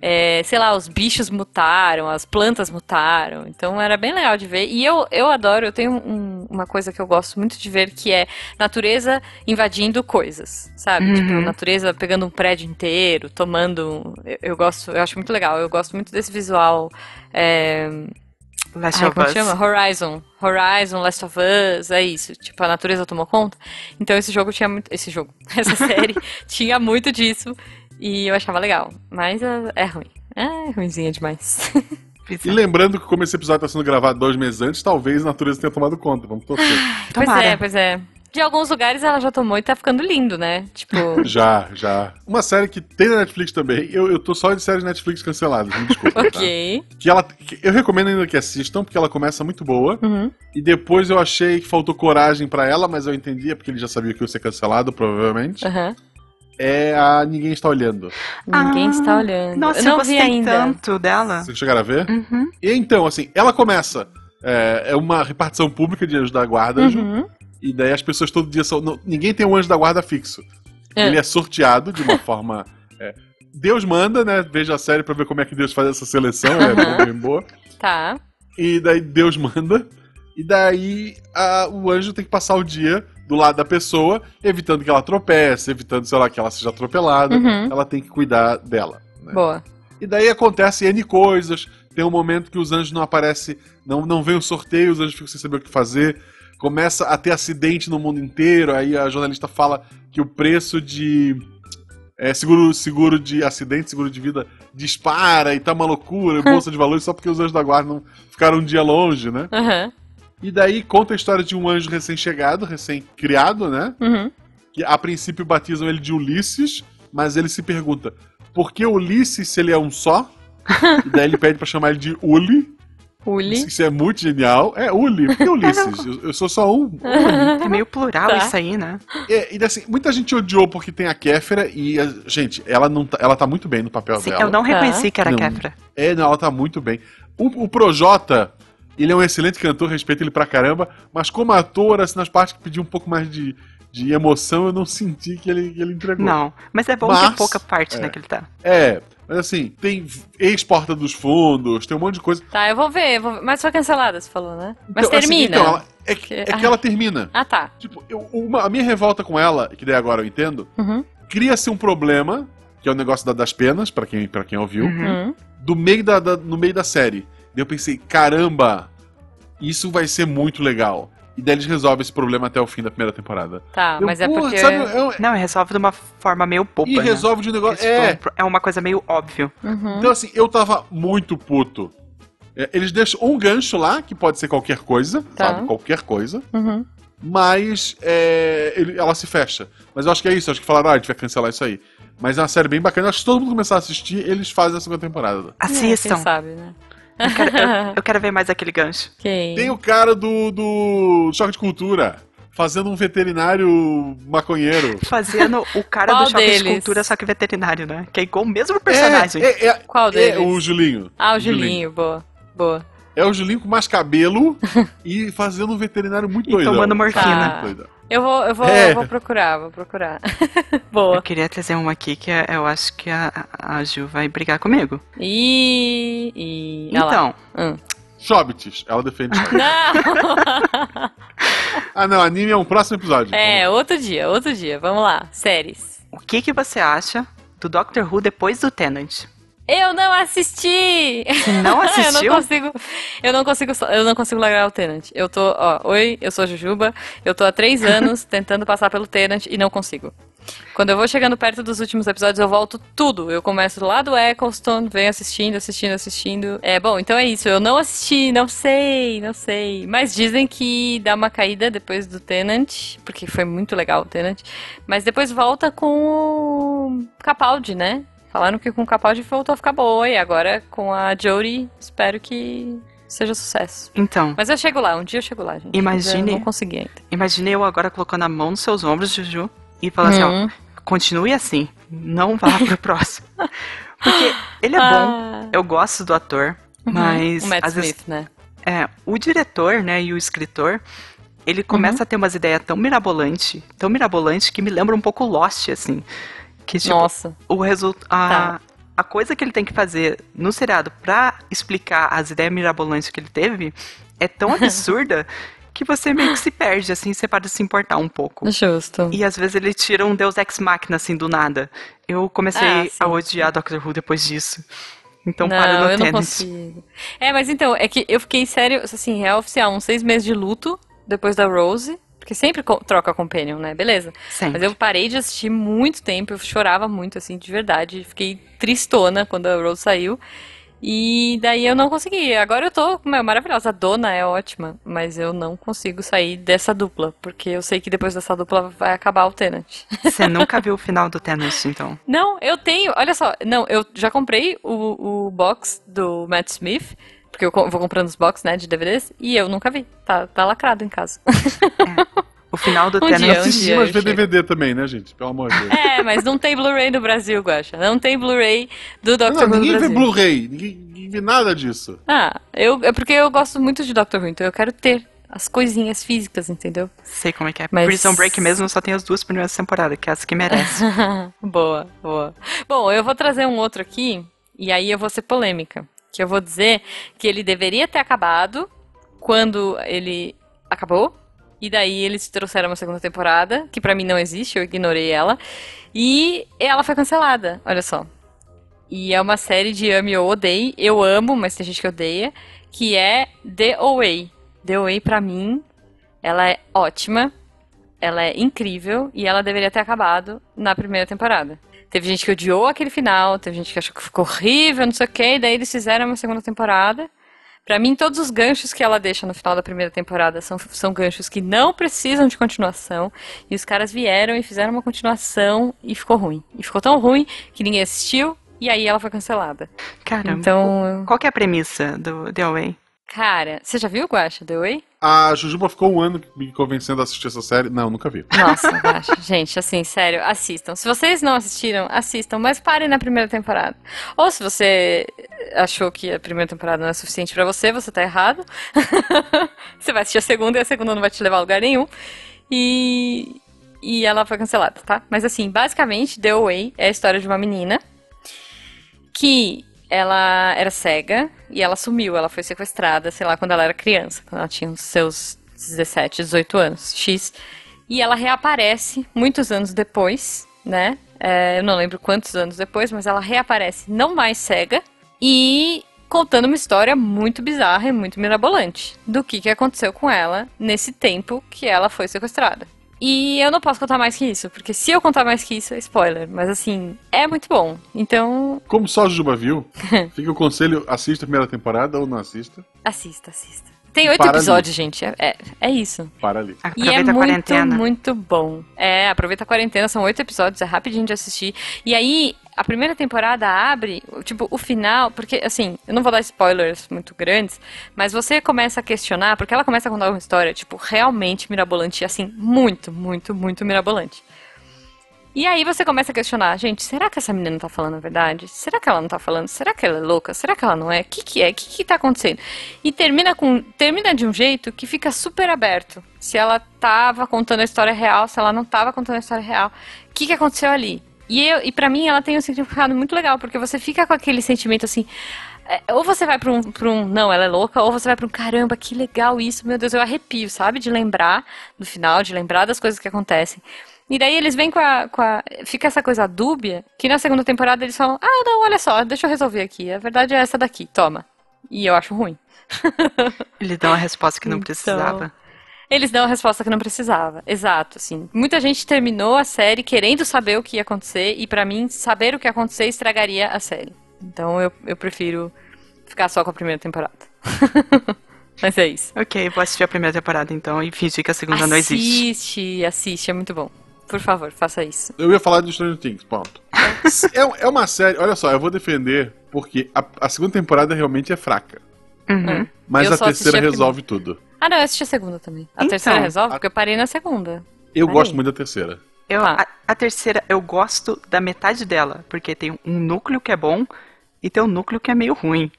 Speaker 1: é, sei lá, os bichos mutaram, as plantas mutaram. Então era bem legal de ver. E eu, eu adoro, eu tenho um- uma coisa que eu gosto muito de ver que é natureza invadindo coisas, sabe?
Speaker 3: Uhum.
Speaker 1: Tipo, natureza pegando um prédio inteiro, tomando. um, Eu, eu gosto, eu acho muito legal. Eu gosto muito desse visual. é,
Speaker 3: Last
Speaker 1: Ai,
Speaker 3: of
Speaker 1: como
Speaker 3: Us.
Speaker 1: chama? Horizon. Horizon, Last of Us, é isso. Tipo, a natureza tomou conta. Então esse jogo tinha muito. Esse jogo, [LAUGHS] essa
Speaker 3: [LAUGHS]
Speaker 1: série tinha muito disso. E eu achava legal. Mas é, é ruim. É ruimzinha demais. [LAUGHS]
Speaker 3: Pois
Speaker 2: E
Speaker 3: é.
Speaker 2: lembrando que como esse episódio tá sendo gravado dois meses antes, talvez a natureza tenha tomado conta. Vamos
Speaker 1: [LAUGHS]
Speaker 2: torcer.
Speaker 1: pois
Speaker 3: Tomara.
Speaker 1: é, pois é. De alguns lugares ela já tomou e tá ficando lindo, né?
Speaker 3: [LAUGHS]
Speaker 1: Tipo.
Speaker 2: Já, já. Uma série que tem na Netflix também. Eu, eu tô só de séries Netflix canceladas, me desculpa. tá?
Speaker 1: ok.
Speaker 2: Que ela, que eu recomendo ainda que assistam, porque ela começa muito boa.
Speaker 1: Uhum.
Speaker 2: E depois eu achei que faltou coragem pra ela, mas eu entendi, é porque ele já sabia que ia ser cancelado, provavelmente.
Speaker 1: Aham.
Speaker 2: É a Ninguém Está Olhando.
Speaker 1: Ninguém está olhando.
Speaker 3: Nossa,
Speaker 1: Ah, eu
Speaker 3: eu,
Speaker 1: não vi
Speaker 3: gostei
Speaker 1: ainda.
Speaker 3: tanto dela.
Speaker 1: Ah.
Speaker 2: Vocês chegaram a ver?
Speaker 3: Uhum.
Speaker 2: E então, assim, ela começa. É, é uma repartição pública de anjos da guarda.
Speaker 1: Uhum.
Speaker 2: E daí as pessoas todo dia são. não, ninguém tem um anjo da guarda fixo.
Speaker 1: É.
Speaker 2: Ele é sorteado de uma [LAUGHS] forma. é, Deus manda, né? Veja a série pra ver como é que Deus faz essa seleção.
Speaker 1: [LAUGHS]
Speaker 2: É
Speaker 1: Aham.
Speaker 2: bem boa.
Speaker 1: Tá.
Speaker 2: E daí Deus manda. E daí a- o anjo tem que passar o dia do lado da pessoa, evitando que ela tropece, evitando, sei lá, que ela seja atropelada.
Speaker 1: Uhum.
Speaker 2: Ela tem que cuidar dela. né?
Speaker 1: Boa.
Speaker 2: E daí acontece N coisas. Tem um momento que os anjos não aparecem, não, não vem o sorteio, os anjos ficam sem saber o que fazer. Começa a ter acidente no mundo inteiro. Aí a jornalista fala que o preço de. É, seguro, seguro de acidente, seguro de vida dispara e tá uma loucura, bolsa de valores, só porque os anjos da guarda não ficaram um dia longe, né?
Speaker 1: Aham.
Speaker 2: E daí conta a história de um anjo recém-chegado, recém-criado, né?
Speaker 1: Uhum.
Speaker 2: Que a princípio batizam ele de Ulisses, mas ele se pergunta: por que Ulisses se ele é um só? e daí ele pede pra chamar ele de Uli.
Speaker 1: [LAUGHS] Uli.
Speaker 2: Isso é muito genial. É, Uli, por que Ulisses? Eu, eu sou só um.
Speaker 3: É meio plural
Speaker 1: Tá.
Speaker 3: isso aí, né?
Speaker 2: É, e assim, muita gente odiou porque tem a Kéfera e, a- gente, ela, não tá, ela tá muito bem no papel
Speaker 3: Sim,
Speaker 2: dela.
Speaker 3: eu não
Speaker 1: Tá.
Speaker 3: reconheci que era
Speaker 2: Não.
Speaker 3: Kefra.
Speaker 2: É, não, ela tá muito bem. O, o Projota, ele é um excelente cantor, respeito ele pra caramba, mas como ator, assim, nas partes que pediu um pouco mais de, de emoção, eu não senti que ele, que ele entregou.
Speaker 3: Não, mas é bom
Speaker 2: Mas-
Speaker 3: ter pouca parte,
Speaker 2: é.
Speaker 3: né, que ele tá.
Speaker 2: É, mas assim, tem ex-porta dos fundos, tem um monte de coisa.
Speaker 1: Tá, eu vou ver, eu vou ver. Mas foi cancelada, você falou, né? Mas
Speaker 2: Então, assim,
Speaker 1: termina.
Speaker 2: então, ela- é, que- é que ela termina.
Speaker 1: Ah, tá.
Speaker 2: Tipo, eu- uma- a minha revolta com ela, que daí agora eu entendo,
Speaker 1: Uhum.
Speaker 2: cria-se um problema, que é o negócio da- das penas, pra quem, pra quem ouviu.
Speaker 3: Uhum.
Speaker 1: Uhum.
Speaker 2: do meio da, da- no meio da série. Daí eu pensei, caramba, isso vai ser muito legal. E daí eles resolvem esse problema até o fim da primeira temporada.
Speaker 1: Tá,
Speaker 2: Eu,
Speaker 1: mas é
Speaker 2: "Pô,
Speaker 1: porque.
Speaker 2: sabe, eu-
Speaker 3: Não, e resolve de uma forma meio boba,
Speaker 2: e
Speaker 3: né?
Speaker 2: resolve de um negócio.
Speaker 3: Isso
Speaker 2: É,
Speaker 3: foi um- é uma coisa meio óbvio.
Speaker 1: Uhum.
Speaker 2: então assim, eu tava muito puto. É, Eles deixam um gancho lá, que pode ser qualquer coisa,
Speaker 1: Tá.
Speaker 2: sabe? Qualquer coisa.
Speaker 1: Uhum.
Speaker 2: Mas é, ele- ela se fecha. Mas eu acho que é isso, acho que falaram, ah, a gente vai cancelar isso aí. Mas é uma série bem bacana, eu acho que se todo mundo começar a assistir, eles fazem a segunda temporada.
Speaker 1: É,
Speaker 3: Assistam.
Speaker 1: quem sabe, né?
Speaker 3: eu, quero, eu-
Speaker 1: [LAUGHS]
Speaker 3: eu quero ver mais aquele gancho.
Speaker 1: Quem?
Speaker 2: Tem o cara do, do Choque de Cultura fazendo um veterinário maconheiro.
Speaker 3: Fazendo o cara
Speaker 1: Qual
Speaker 3: do choque de
Speaker 1: deles?
Speaker 3: cultura, só que veterinário, né? Que é igual o mesmo [LAUGHS] personagem.
Speaker 2: É, é, é,
Speaker 1: Qual
Speaker 2: é
Speaker 1: deles?
Speaker 2: o Julinho.
Speaker 1: Ah, o Julinho, boa. Boa.
Speaker 2: É o Julinho com mais
Speaker 3: [LAUGHS]
Speaker 2: cabelo e fazendo um veterinário muito
Speaker 3: E
Speaker 2: doidão.
Speaker 3: tomando morfina.
Speaker 2: Muito doidão.
Speaker 1: Eu vou, eu vou,
Speaker 2: É.
Speaker 1: eu vou procurar, vou procurar. [LAUGHS] boa.
Speaker 3: Eu queria trazer um aqui que é- eu acho que a, a Ju vai brigar comigo.
Speaker 1: E. e... ah lá.
Speaker 3: então,
Speaker 1: Hum.
Speaker 2: Chobits, ela defende Chobits.
Speaker 1: Não! [LAUGHS]
Speaker 2: Ah, não, anime é um próximo episódio.
Speaker 1: é, outro dia, outro dia. Vamos lá. Séries.
Speaker 3: o que, que você acha do Doctor Who depois do Tenant?
Speaker 1: Eu não assisti!
Speaker 3: Não
Speaker 1: [LAUGHS]
Speaker 3: assistiu?
Speaker 1: eu não consigo. Eu não consigo, eu não consigo largar o Tenant. Eu tô, ó, oi, eu sou a Jujuba. Eu tô há
Speaker 3: [LAUGHS]
Speaker 1: três anos tentando passar pelo Tenant e não consigo. Quando eu vou chegando perto dos últimos episódios, eu volto tudo. Eu começo lá do Eccleston, venho assistindo, assistindo, assistindo. É, bom, então é isso. Eu não assisti, não sei, não sei. Mas dizem que dá uma caída depois do Tenant, porque foi muito legal o Tenant. Mas depois volta com o Capaldi, né? Falaram que com o Capaldi voltou a ficar boa. E agora com a Jodie, espero que seja sucesso.
Speaker 3: Então,
Speaker 1: Mas eu chego lá, um dia eu chego lá, gente. Mas
Speaker 3: Imagine-
Speaker 1: Eu não consegui ainda.
Speaker 3: imagine eu agora colocando a mão nos seus ombros, Juju, e falando assim, ó,
Speaker 1: Hum.
Speaker 3: continue assim, não vá pro [LAUGHS] próximo. Porque ele é bom,
Speaker 1: Ah,
Speaker 3: eu gosto do ator,
Speaker 1: uhum.
Speaker 3: mas
Speaker 1: O Matt
Speaker 3: às vezes
Speaker 1: Smith, né?
Speaker 3: é, o diretor, né, e o escritor, ele
Speaker 1: Uhum.
Speaker 3: começa a ter umas ideias tão mirabolante, tão mirabolante que me lembra um pouco Lost, assim. Que tipo,
Speaker 1: Nossa.
Speaker 3: o resultado, a,
Speaker 1: Tá.
Speaker 3: a coisa que ele tem que fazer no seriado pra explicar as ideias mirabolantes que ele teve
Speaker 1: [LAUGHS]
Speaker 3: é tão absurda que você meio que se perde, assim, você para de se importar um pouco.
Speaker 1: Justo.
Speaker 3: E às vezes ele tira um Deus Ex Machina, assim, do nada. Eu
Speaker 1: Ah,
Speaker 3: comecei
Speaker 1: sim.
Speaker 3: a odiar Doctor Who depois disso. Então
Speaker 1: não,
Speaker 3: para no
Speaker 1: eu não
Speaker 3: tênis.
Speaker 1: consigo. É, mas então, é que eu fiquei sério, assim, real oficial, uns seis meses de luto depois da Rose. Porque sempre co- troca companion, né? Beleza.
Speaker 3: Sempre.
Speaker 1: Mas eu parei de assistir muito tempo, eu chorava muito, assim, de verdade. Fiquei tristona quando a Rose saiu. E daí eu não consegui. Agora eu tô meu, maravilhosa. A dona é ótima, mas eu não consigo sair dessa dupla. Porque eu sei que depois dessa dupla vai acabar o Tenant. [LAUGHS]
Speaker 3: Você nunca viu o final do Tennis, então.
Speaker 1: Não, eu tenho. Olha só, não, eu já comprei o, o box do Matt Smith, porque eu co- vou comprando os box, né, de DVDs, e eu nunca vi. Tá, tá lacrado em casa.
Speaker 3: O final do
Speaker 1: Um
Speaker 3: Tennis.
Speaker 1: dia, um
Speaker 2: Assiste,
Speaker 1: dia
Speaker 2: mas
Speaker 1: eu
Speaker 2: vê
Speaker 1: chego.
Speaker 2: DVD também, né, gente? Pelo amor de Deus.
Speaker 1: É, mas não tem Blu-ray no Brasil, Guaxa. Não tem Blu-ray do Dr.
Speaker 2: Não,
Speaker 1: Who no
Speaker 2: ninguém vê
Speaker 1: Brasil.
Speaker 2: Blu-ray, ninguém, ninguém vê nada disso.
Speaker 1: Ah, eu, é porque eu gosto muito de Dr. Who, então eu quero ter as coisinhas físicas, entendeu?
Speaker 3: Sei como é que é.
Speaker 1: Mas-
Speaker 3: Prison Break mesmo só tem as duas primeiras temporadas, que é essa que merece.
Speaker 1: [LAUGHS] boa, boa. Bom, eu vou trazer um outro aqui, e aí eu vou ser polêmica. Que eu vou dizer que ele deveria ter acabado quando ele acabou. E daí eles trouxeram uma segunda temporada, que pra mim não existe, eu ignorei ela. E ela foi cancelada, olha só. E é uma série de ame ou odeie. Eu amo, mas tem gente que odeia. Que é The Away. The Away, pra mim, ela é ótima. Ela é incrível e ela deveria ter acabado na primeira temporada. Teve gente que odiou aquele final, teve gente que achou que ficou horrível, não sei o quê, e daí eles fizeram uma segunda temporada. Pra mim, todos os ganchos que ela deixa no final da primeira temporada são, são ganchos que não precisam de continuação. E os caras vieram e fizeram uma continuação e ficou ruim. E ficou tão ruim que ninguém assistiu, e aí ela foi cancelada.
Speaker 3: Caramba.
Speaker 1: Então-
Speaker 3: Qual que é a premissa do The Away?
Speaker 1: Cara, você já viu, Guacha, The Way?
Speaker 2: A Jujuba ficou um ano me convencendo a assistir essa série. Não, nunca vi.
Speaker 1: Nossa, Guaxa, gente, assim, sério, assistam. Se vocês não assistiram, assistam, mas parem na primeira temporada. Ou se você achou que a primeira temporada não é suficiente pra você, você tá errado. [LAUGHS] você vai assistir a segunda e a segunda não vai te levar a lugar nenhum. E, e ela foi cancelada, tá? Mas assim, basicamente, The Away é a história de uma menina que ela era cega e ela sumiu, ela foi sequestrada, sei lá, quando ela era criança, quando ela tinha os seus 17, 18 anos, X. E ela reaparece muitos anos depois, né? É, eu não lembro quantos anos depois, mas ela reaparece não mais cega e contando uma história muito bizarra e muito mirabolante do que, que aconteceu com ela nesse tempo que ela foi sequestrada. E eu não posso contar mais que isso, porque se eu contar mais que isso é spoiler, mas assim, é muito bom. Então,
Speaker 2: Como só a
Speaker 1: [LAUGHS]
Speaker 2: Jujuba viu, fica o conselho: assista a primeira temporada ou não assista.
Speaker 1: Assista, assista. Tem oito
Speaker 2: Para
Speaker 1: episódios, gente. É, é, é isso.
Speaker 2: Para ali.
Speaker 1: E
Speaker 3: Aproveita
Speaker 1: é
Speaker 3: a
Speaker 1: muito,
Speaker 3: quarentena.
Speaker 1: muito bom. É, aproveita a quarentena, são oito episódios, é rapidinho de assistir. E aí, a primeira temporada abre, tipo, o final, porque, assim, eu não vou dar spoilers muito grandes, mas você começa a questionar, porque ela começa a contar uma história, tipo, realmente mirabolante, assim, muito, muito, muito mirabolante. E aí você começa a questionar, gente, será que essa menina tá falando a verdade? Será que ela não tá falando? Será que ela é louca? Será que ela não é? O que que é? O que que tá acontecendo? E termina com termina de um jeito que fica super aberto. Se ela tava contando a história real, se ela não tava contando a história real. O que que aconteceu ali? E eu e para mim ela tem um significado muito legal, porque você fica com aquele sentimento assim, é, ou você vai pra um, pra um não, ela é louca, ou você vai pra um caramba, que legal isso, meu Deus, eu arrepio, sabe? De lembrar do final, de lembrar das coisas que acontecem. E daí eles vêm com a, com a. Fica essa coisa dúbia, que na segunda temporada eles falam: ah, não, olha só, deixa eu resolver aqui, a verdade é essa daqui, toma. E eu acho ruim.
Speaker 3: Ele dá uma resposta que não
Speaker 1: Então,
Speaker 3: precisava.
Speaker 1: Eles dão a resposta que não precisava. Exato, assim. Muita gente terminou a série querendo saber o que ia acontecer, e pra mim, saber o que ia acontecer estragaria a série. Então eu, eu prefiro ficar só com a primeira temporada. [LAUGHS] Mas é isso.
Speaker 3: Ok, vou assistir a primeira temporada então e fingir que a segunda não existe.
Speaker 1: Assiste, assiste, é muito bom. Por favor, faça isso.
Speaker 2: Eu ia falar de Stranger Things, ponto. é, é uma série, olha só, eu vou defender, porque a, a segunda temporada realmente é fraca.
Speaker 3: Uhum.
Speaker 2: Mas
Speaker 1: Eu
Speaker 2: a
Speaker 1: só assisti
Speaker 2: terceira
Speaker 1: a primeira.
Speaker 2: resolve tudo.
Speaker 1: Ah, não, eu assisti a segunda também. A
Speaker 3: Então,
Speaker 1: terceira resolve,
Speaker 2: a-
Speaker 1: porque eu parei na segunda. [LAUGHS]
Speaker 2: Eu
Speaker 1: Aí.
Speaker 2: gosto muito da terceira.
Speaker 3: Eu,
Speaker 1: Tá.
Speaker 3: a, a terceira, eu gosto da metade dela, porque tem um núcleo que é bom e tem um núcleo que é meio ruim.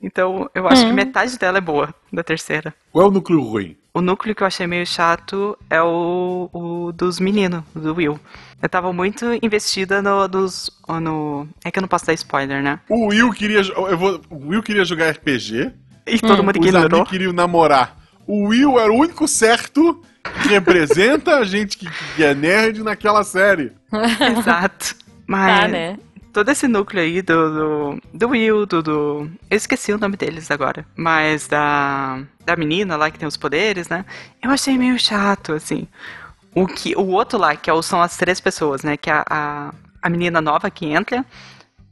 Speaker 3: Então, eu acho que metade dela é boa, da terceira.
Speaker 2: Qual é o núcleo ruim?
Speaker 3: O núcleo que eu achei meio chato é o, o dos meninos, do Will. Eu tava muito investida no, dos, no. É que eu não posso dar spoiler, né?
Speaker 2: O Will queria, jo- eu vou, o Will queria jogar RPG,
Speaker 3: E todo mundo
Speaker 2: os
Speaker 3: ignorou.
Speaker 2: amigos queriam namorar. O Will era o único certo que representa a gente que, que é nerd naquela série.
Speaker 3: [LAUGHS] Exato. Mas
Speaker 1: Tá, né?
Speaker 3: todo esse núcleo aí do, do, do Will, do, do- Eu esqueci o nome deles agora. Mas da. Da menina lá que tem os poderes, né? Eu achei meio chato, assim. O, que, o outro lá, que é o- são as três pessoas, né? Que é a, a, a menina nova que entra.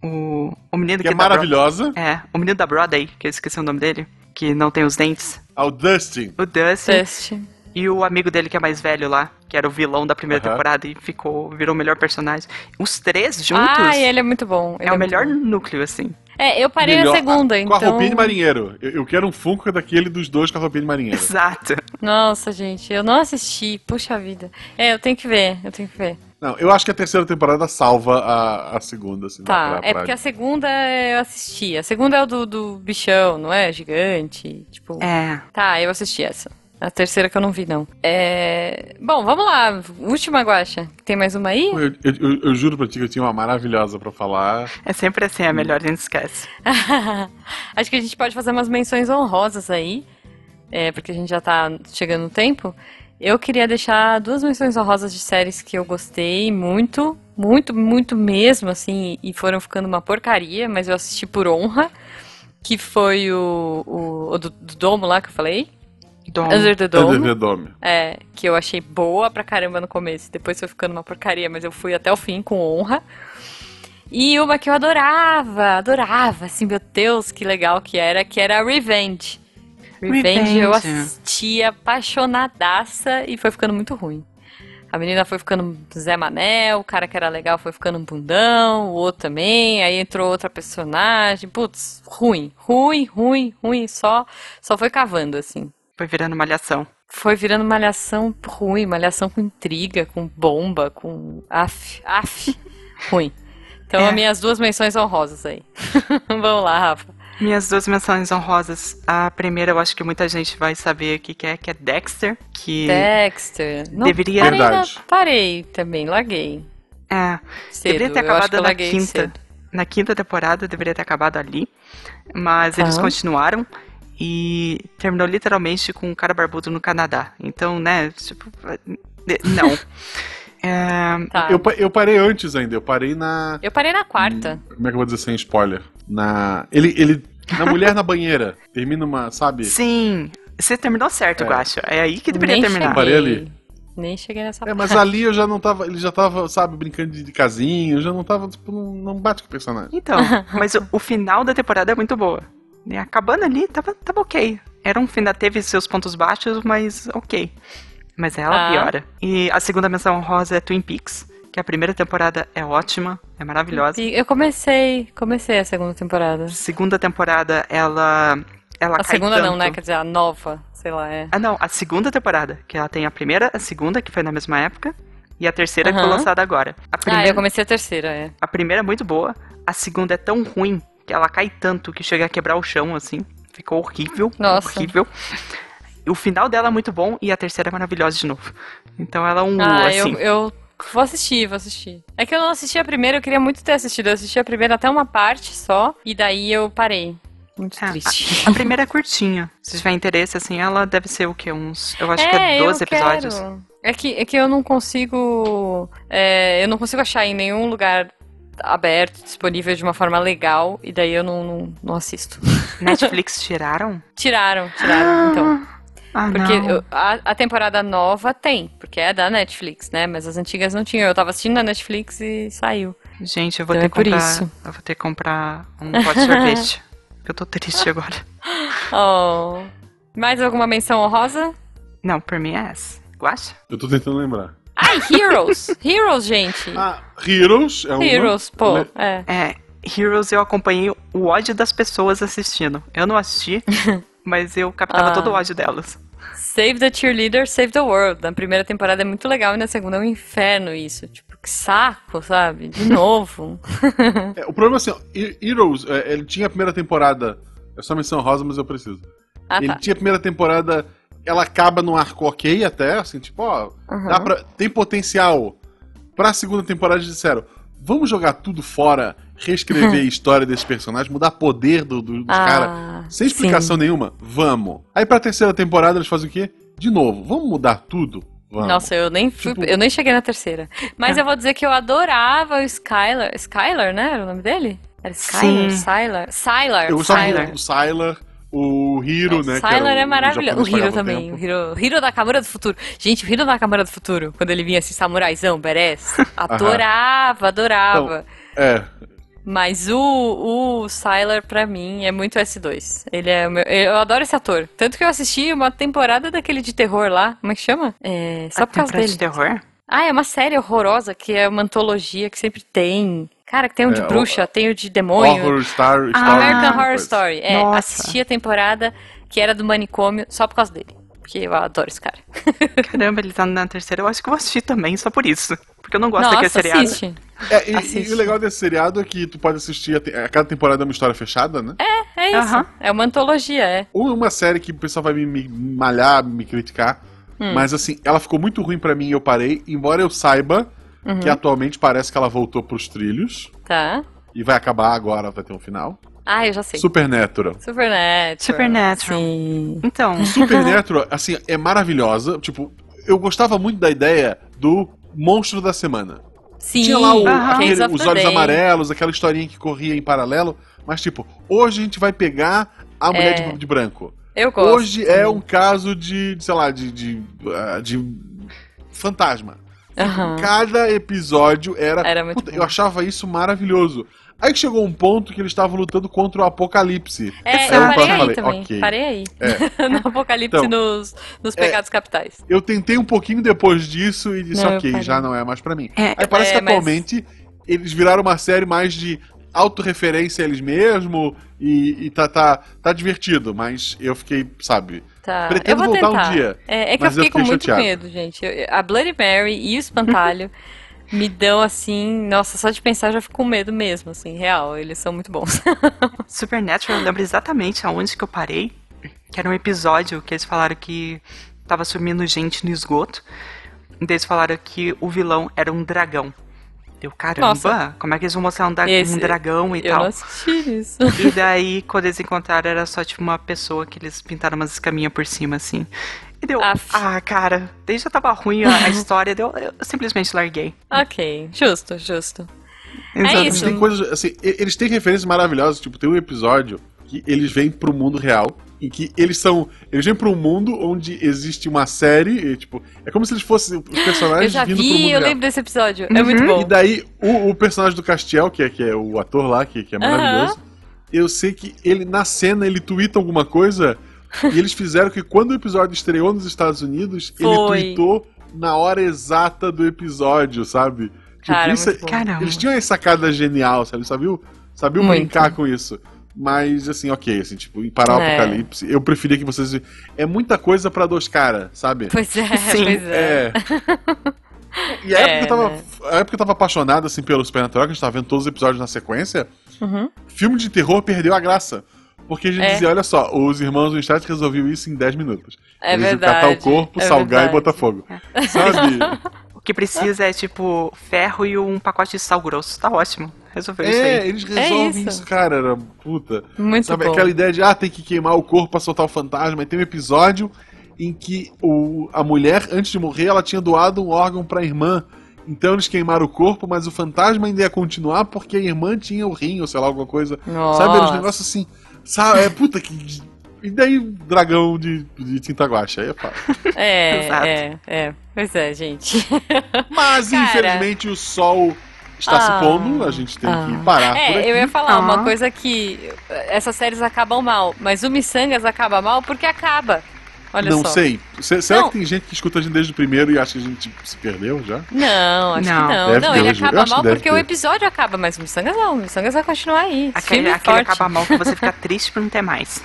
Speaker 3: O, o menino
Speaker 2: Que é
Speaker 3: da Bro-
Speaker 2: maravilhosa.
Speaker 3: É, o menino da Broadway, que eu esqueci o nome dele, que não tem os dentes.
Speaker 2: Ao Dustin.
Speaker 3: O Dustin.
Speaker 1: Teste.
Speaker 3: E o amigo dele que é mais velho lá, que era o vilão da primeira
Speaker 2: Aham.
Speaker 3: temporada e ficou, virou o melhor personagem. Os três juntos
Speaker 1: Ah, ele é muito bom. ele
Speaker 3: é o
Speaker 1: muito
Speaker 3: melhor
Speaker 1: bom.
Speaker 3: núcleo, assim.
Speaker 1: É, eu parei
Speaker 2: Melhor-
Speaker 1: na segunda,
Speaker 2: a-
Speaker 1: então.
Speaker 2: Com a roupinha de marinheiro. Eu, eu quero um Funko daquele dos dois com a roupinha de
Speaker 3: [LAUGHS]
Speaker 2: marinheiro.
Speaker 3: Exato.
Speaker 1: Nossa, gente, eu não assisti. Puxa vida. É, eu tenho que ver, eu tenho que ver.
Speaker 2: Não, eu acho que a terceira temporada salva a, a segunda, assim.
Speaker 1: Tá,
Speaker 2: pra- pra-
Speaker 1: é porque a segunda eu assisti. A segunda é o do, do bichão, não é? Gigante. Tipo.
Speaker 3: É.
Speaker 1: Tá, eu assisti essa. A terceira que eu não vi, não. É. Bom, vamos lá. Última guacha. Tem mais uma aí?
Speaker 2: Eu, eu- eu- eu juro pra ti que eu tinha uma maravilhosa pra falar.
Speaker 3: É sempre assim, é melhor a gente esquece.
Speaker 1: [LAUGHS] Acho que a gente pode fazer umas menções honrosas aí, é, porque a gente já tá chegando no tempo. Eu queria deixar duas menções honrosas de séries que eu gostei muito, muito, muito mesmo, assim, e foram ficando uma porcaria, mas eu assisti por honra, que foi o, o, o do, do Domo lá que eu falei,
Speaker 3: Dom.
Speaker 1: Under the Dome.
Speaker 2: Under the Dome.
Speaker 1: É, que eu achei boa pra caramba no começo. Depois foi ficando uma porcaria, mas eu fui até o fim com honra. E uma que eu adorava, adorava, assim, meu Deus, que legal que era, que era Revenge. Revenge,
Speaker 3: Revenge.
Speaker 1: eu assistia apaixonadaça e foi ficando muito ruim. A menina foi ficando Zé Mané, o cara que era legal foi ficando um bundão, o outro também, aí entrou outra personagem, putz, ruim, ruim, ruim, ruim, só, só foi cavando, assim.
Speaker 3: Foi virando malhação.
Speaker 1: Foi virando malhação ruim, malhação com intriga, com bomba, com af, af, [LAUGHS] ruim. Então,
Speaker 3: É.
Speaker 1: as minhas duas menções honrosas aí. [LAUGHS] Vamos lá, Rafa.
Speaker 3: Minhas duas menções honrosas. A primeira, eu acho que muita gente vai saber o que, que é, que é Dexter. Que
Speaker 1: Dexter. É, Não,
Speaker 3: Deveria-
Speaker 1: parei, na-
Speaker 2: Verdade.
Speaker 1: parei também, larguei.
Speaker 3: é,
Speaker 1: Cedo.
Speaker 3: Deveria
Speaker 1: eu acho
Speaker 3: ter
Speaker 1: que
Speaker 3: acabado
Speaker 1: eu
Speaker 3: na
Speaker 1: larguei
Speaker 3: quinta.
Speaker 1: cedo.
Speaker 3: Na quinta temporada, deveria ter acabado ali. Mas eles
Speaker 1: Tá.
Speaker 3: continuaram e terminou literalmente com um cara barbudo no Canadá. Então, né, tipo. eh, Não. É,
Speaker 1: Tá.
Speaker 2: Eu,
Speaker 1: Eu...
Speaker 2: pa- eu parei antes ainda, eu parei na.
Speaker 1: parei na quarta.
Speaker 2: Como é que eu vou dizer sem spoiler? Na. Ele. ele na mulher na banheira. Termina uma, sabe?
Speaker 3: sim, você terminou certo,
Speaker 2: É.
Speaker 3: Guacho. É aí que deveria
Speaker 1: Nem cheguei.
Speaker 3: terminar.
Speaker 2: Parei ali.
Speaker 1: Nem cheguei nessa
Speaker 2: É,
Speaker 1: parte.
Speaker 2: mas ali eu já não tava. Ele já tava, sabe, brincando de, de casinho, eu já não tava, tipo, não, não bate com o
Speaker 1: [LAUGHS]
Speaker 2: personagem.
Speaker 3: Então, mas o, o final da temporada é muito boa. E Acabando ali, tava, tava ok. Era um final, teve seus pontos baixos, mas ok. Mas ela
Speaker 1: Ah.
Speaker 3: piora. E a segunda menção rosa é Twin Peaks, que a primeira temporada é ótima, é maravilhosa.
Speaker 1: E Eu comecei, comecei a segunda temporada.
Speaker 3: Segunda temporada, ela. ela
Speaker 1: A
Speaker 3: cai
Speaker 1: segunda não,
Speaker 3: tanto.
Speaker 1: né? Quer dizer, a nova, sei lá, é.
Speaker 3: Ah, não, a segunda temporada, que ela tem a primeira, a segunda, que foi na mesma época, e a terceira que foi
Speaker 1: Aham.
Speaker 3: lançada agora. A
Speaker 1: Ah,
Speaker 3: primeira,
Speaker 1: eu comecei a terceira, é.
Speaker 3: a primeira é muito boa, a segunda é tão ruim que ela cai tanto que chega a quebrar o chão, assim. Ficou horrível,
Speaker 1: Nossa.
Speaker 3: horrível. E O final dela é muito bom e a terceira é maravilhosa de novo. Então ela é um
Speaker 1: Ah,
Speaker 3: assim.
Speaker 1: eu, eu vou assistir, vou assistir. É que eu não assisti a primeira, eu queria muito ter assistido. Eu assisti a primeira até uma parte só, e daí eu parei. Muito
Speaker 3: Ah,
Speaker 1: triste.
Speaker 3: A primeira é curtinha. Se tiver interesse, assim, ela deve ser o quê? Uns.
Speaker 1: [LAUGHS]
Speaker 3: Eu acho que é
Speaker 1: ah, eu
Speaker 3: 12 episódios.
Speaker 1: quero. É que, é que eu não consigo. é, eu não consigo achar em nenhum lugar aberto, disponível de uma forma legal, e daí eu não, não, não assisto. [LAUGHS]
Speaker 3: Netflix tiraram?
Speaker 1: Tiraram, tiraram, então.
Speaker 3: Ah,
Speaker 1: Porque
Speaker 3: não.
Speaker 1: eu- a, a temporada nova tem, porque é da Netflix, né? Mas as antigas não tinham. Eu tava assistindo na Netflix e saiu.
Speaker 3: Gente, eu vou
Speaker 1: Então
Speaker 3: ter
Speaker 1: é
Speaker 3: que
Speaker 1: por
Speaker 3: comprar.
Speaker 1: isso.
Speaker 3: Eu vou ter que comprar um pote
Speaker 1: [LAUGHS]
Speaker 3: de sorvete. porque Eu tô triste agora.
Speaker 1: Oh. Mais alguma menção honrosa?
Speaker 3: Não, por mim é essa. Guacha?
Speaker 2: Eu tô tentando lembrar.
Speaker 1: Ai, Heroes! Heroes, gente!
Speaker 2: Ah, Heroes é um.
Speaker 1: Heroes, pô. É.
Speaker 3: É, Heroes eu acompanhei o ódio das pessoas assistindo. Eu
Speaker 1: [LAUGHS]
Speaker 3: não assisti, mas eu captava
Speaker 1: Ah.
Speaker 3: todo o ódio delas.
Speaker 1: Save the Cheerleader, Save the World. Na primeira temporada é muito legal e na segunda é um inferno isso. Tipo, que saco, sabe?
Speaker 2: [LAUGHS]
Speaker 1: De novo.
Speaker 2: É, o problema é assim, ó, He- Heroes, é, ele tinha a primeira temporada. É só menção rosa, mas eu preciso.
Speaker 1: Ah,
Speaker 2: ele
Speaker 1: tá.
Speaker 2: tinha a primeira temporada, ela acaba num arco ok até, assim, tipo, ó,
Speaker 1: Uhum.
Speaker 2: dá pra- tem potencial. Pra segunda temporada eles disseram, vamos jogar tudo fora,
Speaker 1: [LAUGHS]
Speaker 2: reescrever a história desse personagem, mudar poder do, do,
Speaker 1: Ah,
Speaker 2: do um cara, sem
Speaker 1: sim.
Speaker 2: explicação nenhuma, vamos. Aí pra terceira temporada eles fazem o quê? De novo, vamos mudar tudo? Vamos.
Speaker 1: Nossa, eu nem fui,
Speaker 2: Tipo- É.
Speaker 1: eu nem cheguei na terceira. Mas eu vou dizer que eu adorava o Skylar. Skylar, né? Era o nome dele? Era Skylar?
Speaker 3: Sim.
Speaker 1: Sylar? Sylar.
Speaker 2: eu gostava
Speaker 1: Sylar.
Speaker 2: do Sylar, o Hiro, né? que era
Speaker 1: Sylar é
Speaker 2: o
Speaker 1: maravilhoso.
Speaker 2: japonês
Speaker 1: O
Speaker 2: que
Speaker 1: Hiro
Speaker 2: pagava
Speaker 1: também.
Speaker 2: tempo.
Speaker 1: O Hiro, Hiro da Câmara do Futuro. Gente, o Hiro da Câmara do Futuro, quando ele vinha assim, samuraizão,
Speaker 2: [LAUGHS]
Speaker 1: berés. [LAUGHS] Adorava, adorava.
Speaker 2: É,
Speaker 1: Mas o, o Sylar, pra mim, é muito S2. Ele é o meu- Eu adoro esse ator. Tanto que eu assisti uma temporada daquele de terror lá. Como é que chama? É, só
Speaker 3: A
Speaker 1: por causa
Speaker 3: temporada
Speaker 1: dele.
Speaker 3: de terror?
Speaker 1: Ah, é uma série horrorosa que é uma antologia que sempre tem. Cara, que tem um de
Speaker 2: É, o-
Speaker 1: bruxa, tem o de demônio.
Speaker 2: Horror Star, Story.
Speaker 1: Ah, American
Speaker 2: alguma
Speaker 1: Horror
Speaker 2: coisa.
Speaker 1: Story. É,
Speaker 3: Nossa.
Speaker 1: assisti a temporada que era do manicômio só por causa dele. Porque eu adoro esse cara.
Speaker 3: Caramba, ele tá na terceira. Eu acho que eu vou assistir também, só por isso. Porque eu não gosto daquele
Speaker 1: Nossa,
Speaker 3: seriado.
Speaker 1: assiste.
Speaker 2: É, e- e,
Speaker 1: Assiste.
Speaker 2: o legal desse seriado é que tu pode assistir a, te- a cada temporada é uma história fechada, né?
Speaker 1: É isso.
Speaker 3: Aham.
Speaker 1: É uma antologia, é.
Speaker 2: Ou é uma série que o pessoal vai me, me malhar, me criticar.
Speaker 1: Hum.
Speaker 2: Mas assim, ela ficou muito ruim pra mim e eu parei, embora eu saiba que
Speaker 1: Uhum.
Speaker 2: atualmente parece que ela voltou pros trilhos.
Speaker 1: Tá.
Speaker 2: E vai acabar agora, vai ter um final.
Speaker 1: Ah, eu já sei.
Speaker 2: Supernatural.
Speaker 1: Supernatural.
Speaker 3: Supernatural.
Speaker 1: Sim. [LAUGHS]
Speaker 3: Então,
Speaker 2: Supernatural, assim, é maravilhosa. Tipo, eu gostava muito da ideia do monstro da semana.
Speaker 1: Sim.
Speaker 2: Tinha lá o-
Speaker 3: Aham.
Speaker 2: aquele-
Speaker 1: Case of
Speaker 2: os
Speaker 1: the
Speaker 2: olhos
Speaker 1: Day.
Speaker 2: amarelos, aquela historinha que corria em paralelo, mas tipo, hoje a gente vai pegar a mulher de, de branco.
Speaker 1: Eu É. gosto.
Speaker 2: Hoje é um caso de, de, sei lá, de. de, ah, de fantasma.
Speaker 1: Aham.
Speaker 2: Cada episódio era.
Speaker 1: Era muito bom.
Speaker 2: eu achava isso maravilhoso. Aí que chegou um ponto que eles estavam lutando contra o apocalipse.
Speaker 1: É,
Speaker 2: Aí
Speaker 1: eu parei
Speaker 2: eu
Speaker 1: aí
Speaker 2: falei,
Speaker 1: também.
Speaker 2: ok.
Speaker 1: Parei aí. [LAUGHS] no apocalipse
Speaker 2: Então,
Speaker 1: nos, nos pecados capitais.
Speaker 2: Eu tentei um pouquinho depois disso e disse,
Speaker 1: Não, eu
Speaker 2: ok,
Speaker 1: parei.
Speaker 2: já não é mais pra mim.
Speaker 3: É,
Speaker 2: Aí parece
Speaker 1: é,
Speaker 2: que
Speaker 1: mas-
Speaker 2: atualmente eles viraram uma série mais de autorreferência a eles mesmos e, e tá, tá, tá divertido, mas eu fiquei, sabe,
Speaker 1: Tá. eu
Speaker 2: pretendo
Speaker 1: vou
Speaker 2: voltar
Speaker 1: tentar.
Speaker 2: um dia.
Speaker 1: É, é que eu
Speaker 2: mas eu
Speaker 1: fiquei com
Speaker 2: fiquei
Speaker 1: muito
Speaker 2: chateado.
Speaker 1: medo, gente. Eu- a Bloody Mary e o
Speaker 2: [LAUGHS]
Speaker 1: Espantalho me dão assim. Nossa, só de pensar eu já fico com medo mesmo, assim, real. Eles são muito bons. [LAUGHS]
Speaker 3: Supernatural, eu lembro exatamente aonde que eu parei. Que era um episódio que eles falaram que tava sumindo gente no esgoto. E daí eles falaram que o vilão era um dragão. Eu, caramba,
Speaker 1: Nossa.
Speaker 3: como é que eles vão mostrar um, dra- um
Speaker 1: Esse-
Speaker 3: dragão e
Speaker 1: eu
Speaker 3: tal?
Speaker 1: não assisti isso.
Speaker 3: E daí, quando eles encontraram, era só tipo uma pessoa que eles pintaram umas escaminhas por cima, assim. E deu.
Speaker 1: Aff.
Speaker 3: Ah, cara, desde já tava
Speaker 1: [LAUGHS]
Speaker 3: ruim a, a história, deu, eu simplesmente larguei.
Speaker 1: ok, justo, justo.
Speaker 3: Exatamente.
Speaker 1: É isso.
Speaker 2: Tem coisas, assim, e- eles têm referências maravilhosas, tipo, tem um episódio que eles vêm pro mundo real, em que eles são, eles vêm pro mundo onde existe uma série, e, tipo, é como se eles fossem os
Speaker 1: Eu
Speaker 2: personagens
Speaker 1: já
Speaker 2: vindo pro
Speaker 1: vi,
Speaker 2: mundo
Speaker 1: eu
Speaker 2: real.
Speaker 1: lembro desse episódio. É muito bom.
Speaker 2: E daí, o, o personagem do Castiel, que é, que é o ator lá, que, que é maravilhoso, eu sei que ele, na cena, ele twitta alguma coisa, e eles fizeram que quando o episódio estreou nos Estados Unidos, ele
Speaker 1: Foi.
Speaker 2: tweetou na hora exata do episódio, sabe? Tipo,
Speaker 1: Cara,
Speaker 2: isso é-
Speaker 1: muito bom.
Speaker 3: Caramba.
Speaker 2: eles tinham essa sacada genial, sabe? Sabiam, sabiam
Speaker 1: Muito.
Speaker 2: brincar com isso. Mas, assim, ok, assim, tipo, em parar o
Speaker 1: É.
Speaker 2: apocalipse, eu preferia que vocês. É muita coisa pra dois caras, sabe?
Speaker 1: Pois
Speaker 2: [LAUGHS]
Speaker 1: é,
Speaker 3: Sim,
Speaker 1: pois é.
Speaker 2: É. E a época,
Speaker 1: É,
Speaker 2: que eu tava,
Speaker 1: né?
Speaker 2: a época que eu tava apaixonado, assim, pelo Supernatural, que a gente tava vendo todos os episódios na sequência,
Speaker 1: Uhum.
Speaker 2: filme de terror perdeu a graça. Porque a gente
Speaker 1: É.
Speaker 2: dizia, olha só, os irmãos do Estádio resolviam isso em 10 minutos.
Speaker 1: É
Speaker 2: Eles iam
Speaker 1: verdade.
Speaker 2: catar o corpo,
Speaker 1: é
Speaker 2: salgar
Speaker 1: verdade.
Speaker 2: e botar fogo.
Speaker 1: [LAUGHS]
Speaker 2: Sabe?
Speaker 3: O que precisa é, tipo, ferro e um pacote de sal grosso. Tá ótimo. Resolveu isso aí.
Speaker 2: é, eles resolvem
Speaker 1: isso.
Speaker 2: isso. cara. Era puta.
Speaker 1: Muito
Speaker 2: Sabe,
Speaker 1: é bom.
Speaker 2: aquela ideia de, ah, tem que queimar o corpo pra soltar o fantasma. E tem um episódio em que o, a mulher, antes de morrer, ela tinha doado um órgão pra irmã. Então eles queimaram o corpo, mas o fantasma ainda ia continuar porque a irmã tinha o rim, ou sei lá, alguma coisa. Sabe, era
Speaker 1: Nossa.
Speaker 2: uns negócios assim. Sabe, é puta que. E daí, dragão de, de tinta guache. Aí é
Speaker 1: [LAUGHS]
Speaker 2: fácil. [LAUGHS]
Speaker 1: É,
Speaker 3: Exato.
Speaker 1: é, é. Pois é, gente.
Speaker 2: Mas,
Speaker 1: Cara.
Speaker 2: infelizmente, o sol está
Speaker 1: Ah.
Speaker 2: se pondo, a gente tem
Speaker 1: Ah.
Speaker 2: que parar por
Speaker 1: É,
Speaker 2: aqui.
Speaker 1: eu ia falar uma
Speaker 3: Ah.
Speaker 1: coisa que eh, essas séries acabam mal, mas o Missangas acaba mal porque acaba. Olha
Speaker 2: não
Speaker 1: só.
Speaker 2: sei. Se- será
Speaker 1: Não.
Speaker 2: que tem gente que escuta a gente desde o primeiro e acha que a gente se perdeu já?
Speaker 1: Não, acho
Speaker 3: Não.
Speaker 1: que não.
Speaker 2: Deve
Speaker 1: não,
Speaker 2: ter
Speaker 1: ele
Speaker 2: hoje. Eu
Speaker 1: acaba
Speaker 2: acho que
Speaker 1: mal
Speaker 2: deve
Speaker 1: porque
Speaker 2: ter.
Speaker 1: o episódio acaba, mas o Missangas não. O Missangas vai continuar aí.
Speaker 3: Aquele,
Speaker 1: firme e
Speaker 3: aquele
Speaker 1: forte.
Speaker 3: acaba mal que você
Speaker 1: [LAUGHS]
Speaker 3: fica triste por não ter mais.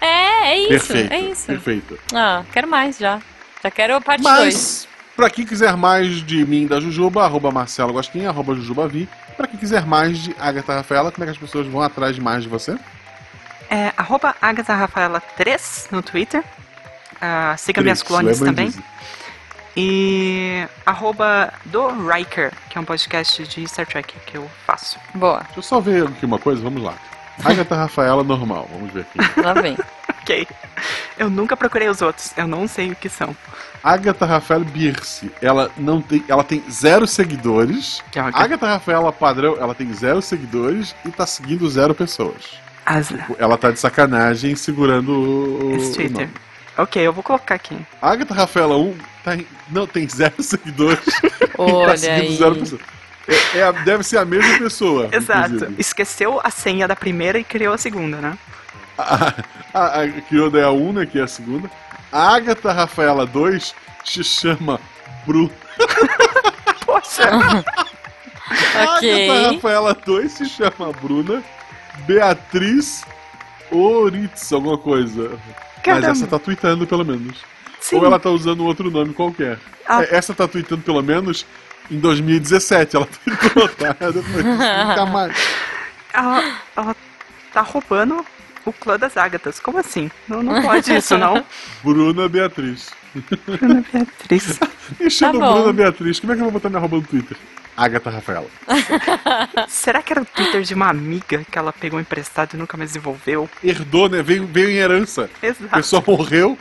Speaker 1: É, é isso,
Speaker 2: perfeito.
Speaker 1: é isso.
Speaker 2: Perfeito.
Speaker 3: Tá
Speaker 1: Ah, quero mais já. Já quero a parte 2.
Speaker 2: Mas, pra quem quiser mais de mim e da Jujuba, arroba Marcelo Gostinha, arroba Jujubavi. Pra quem quiser mais de Agatha Rafaela, como é que as pessoas vão atrás de mais de você?
Speaker 3: É, arroba Agatha Rafaela 3 no Twitter. Ah, siga minhas
Speaker 2: Três, é
Speaker 3: clones
Speaker 2: lembrem
Speaker 3: também.
Speaker 2: disso.
Speaker 3: E arroba do Riker, que é um podcast de Star Trek que eu faço.
Speaker 1: Boa,
Speaker 2: Deixa eu só ver aqui uma coisa, vamos lá. Agatha Rafaela normal, vamos ver
Speaker 3: [LAUGHS]
Speaker 2: aqui.
Speaker 1: lá
Speaker 2: [LAUGHS]
Speaker 1: vem.
Speaker 2: Tá
Speaker 3: Ok. Eu nunca procurei os outros, eu não sei o que são.
Speaker 2: Agatha Rafaela Birce, ela não tem, ela tem zero seguidores.
Speaker 3: Que é uma-
Speaker 2: Agatha Rafaela padrão, ela tem zero seguidores e tá seguindo zero pessoas.
Speaker 3: As-
Speaker 2: Ela tá de sacanagem segurando o. o-
Speaker 3: Esse Twitter.
Speaker 2: não.
Speaker 3: Ok, eu vou colocar aqui.
Speaker 2: Agatha Rafaela 1 tá em- não tem zero seguidores. [LAUGHS] e tá
Speaker 1: Olha
Speaker 2: seguindo
Speaker 1: aí.
Speaker 2: zero pessoas. É, é a- deve ser a mesma pessoa.
Speaker 3: [LAUGHS] Exato.
Speaker 2: inclusive.
Speaker 3: Esqueceu a senha da primeira e criou a segunda, né?
Speaker 2: A, a, a Kyoda é a 1, né? Que é a segunda. A Agatha Rafaela 2 se chama Bruno.
Speaker 3: Poxa!
Speaker 2: Ah.
Speaker 1: Ok.
Speaker 2: A Agatha Rafaela 2 se chama Bruna. Beatriz Oritz, alguma coisa. Mas
Speaker 3: [LAUGHS] Caramba.
Speaker 2: essa tá tweetando, pelo menos.
Speaker 3: Sim.
Speaker 2: Ou ela tá usando outro nome qualquer.
Speaker 3: Ah.
Speaker 2: É, Essa tá tweetando pelo menos em 2017. Ela tweetou, tá? Depois disso, nunca mais.
Speaker 3: Ela, ela tá roubando o clã das ágatas. Como assim? Não, não pode
Speaker 2: [LAUGHS]
Speaker 3: isso, não.
Speaker 2: Bruna Beatriz.
Speaker 3: Bruna Beatriz.
Speaker 2: Me chama
Speaker 1: bom.
Speaker 2: Bruna Beatriz. Como é que eu vou botar minha arroba no Twitter? Agatha Rafaela.
Speaker 3: Será que era o Twitter de uma amiga que ela pegou emprestado e nunca mais devolveu?
Speaker 2: Herdou, né? Veio, veio em herança. A
Speaker 3: Exato.
Speaker 2: pessoa morreu.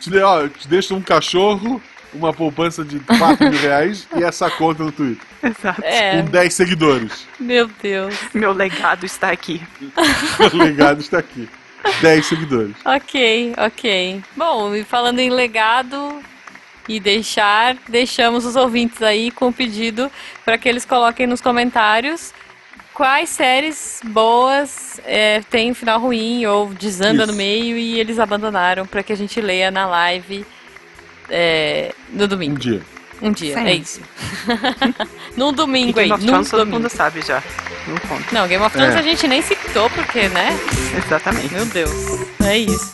Speaker 2: Te, deu, ó, te deixa um cachorro, uma poupança de 4 mil reais e essa conta no Twitter.
Speaker 3: Exato.
Speaker 2: tá,
Speaker 1: É,
Speaker 2: Com 10 seguidores. [LAUGHS]
Speaker 1: meu Deus.
Speaker 3: Meu legado está aqui.
Speaker 2: O legado está aqui. 10 seguidores.
Speaker 1: Ok, ok. Bom, e falando em legado e deixar, deixamos os ouvintes aí com o pedido para que eles coloquem nos comentários quais séries boas é, têm final ruim ou desanda
Speaker 2: Isso.
Speaker 1: no meio e eles abandonaram para que a gente leia na live é, no
Speaker 2: Um
Speaker 1: domingo.
Speaker 2: dia.
Speaker 1: Um dia, é
Speaker 3: Sim.
Speaker 1: isso. [LAUGHS] num
Speaker 3: E
Speaker 1: domingo aí,
Speaker 3: Game of
Speaker 1: num
Speaker 3: Thrones todo
Speaker 1: domingo.
Speaker 3: mundo sabe já. Não conta.
Speaker 1: Não, Game of Thrones
Speaker 2: É.
Speaker 1: a gente nem citou porque, né?
Speaker 3: Exatamente.
Speaker 1: Meu Deus, é isso.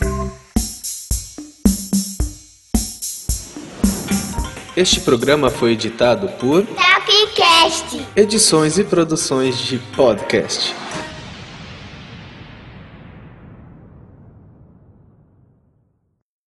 Speaker 4: Este programa foi editado por
Speaker 5: Tapcast.
Speaker 4: Edições e Produções de Podcast.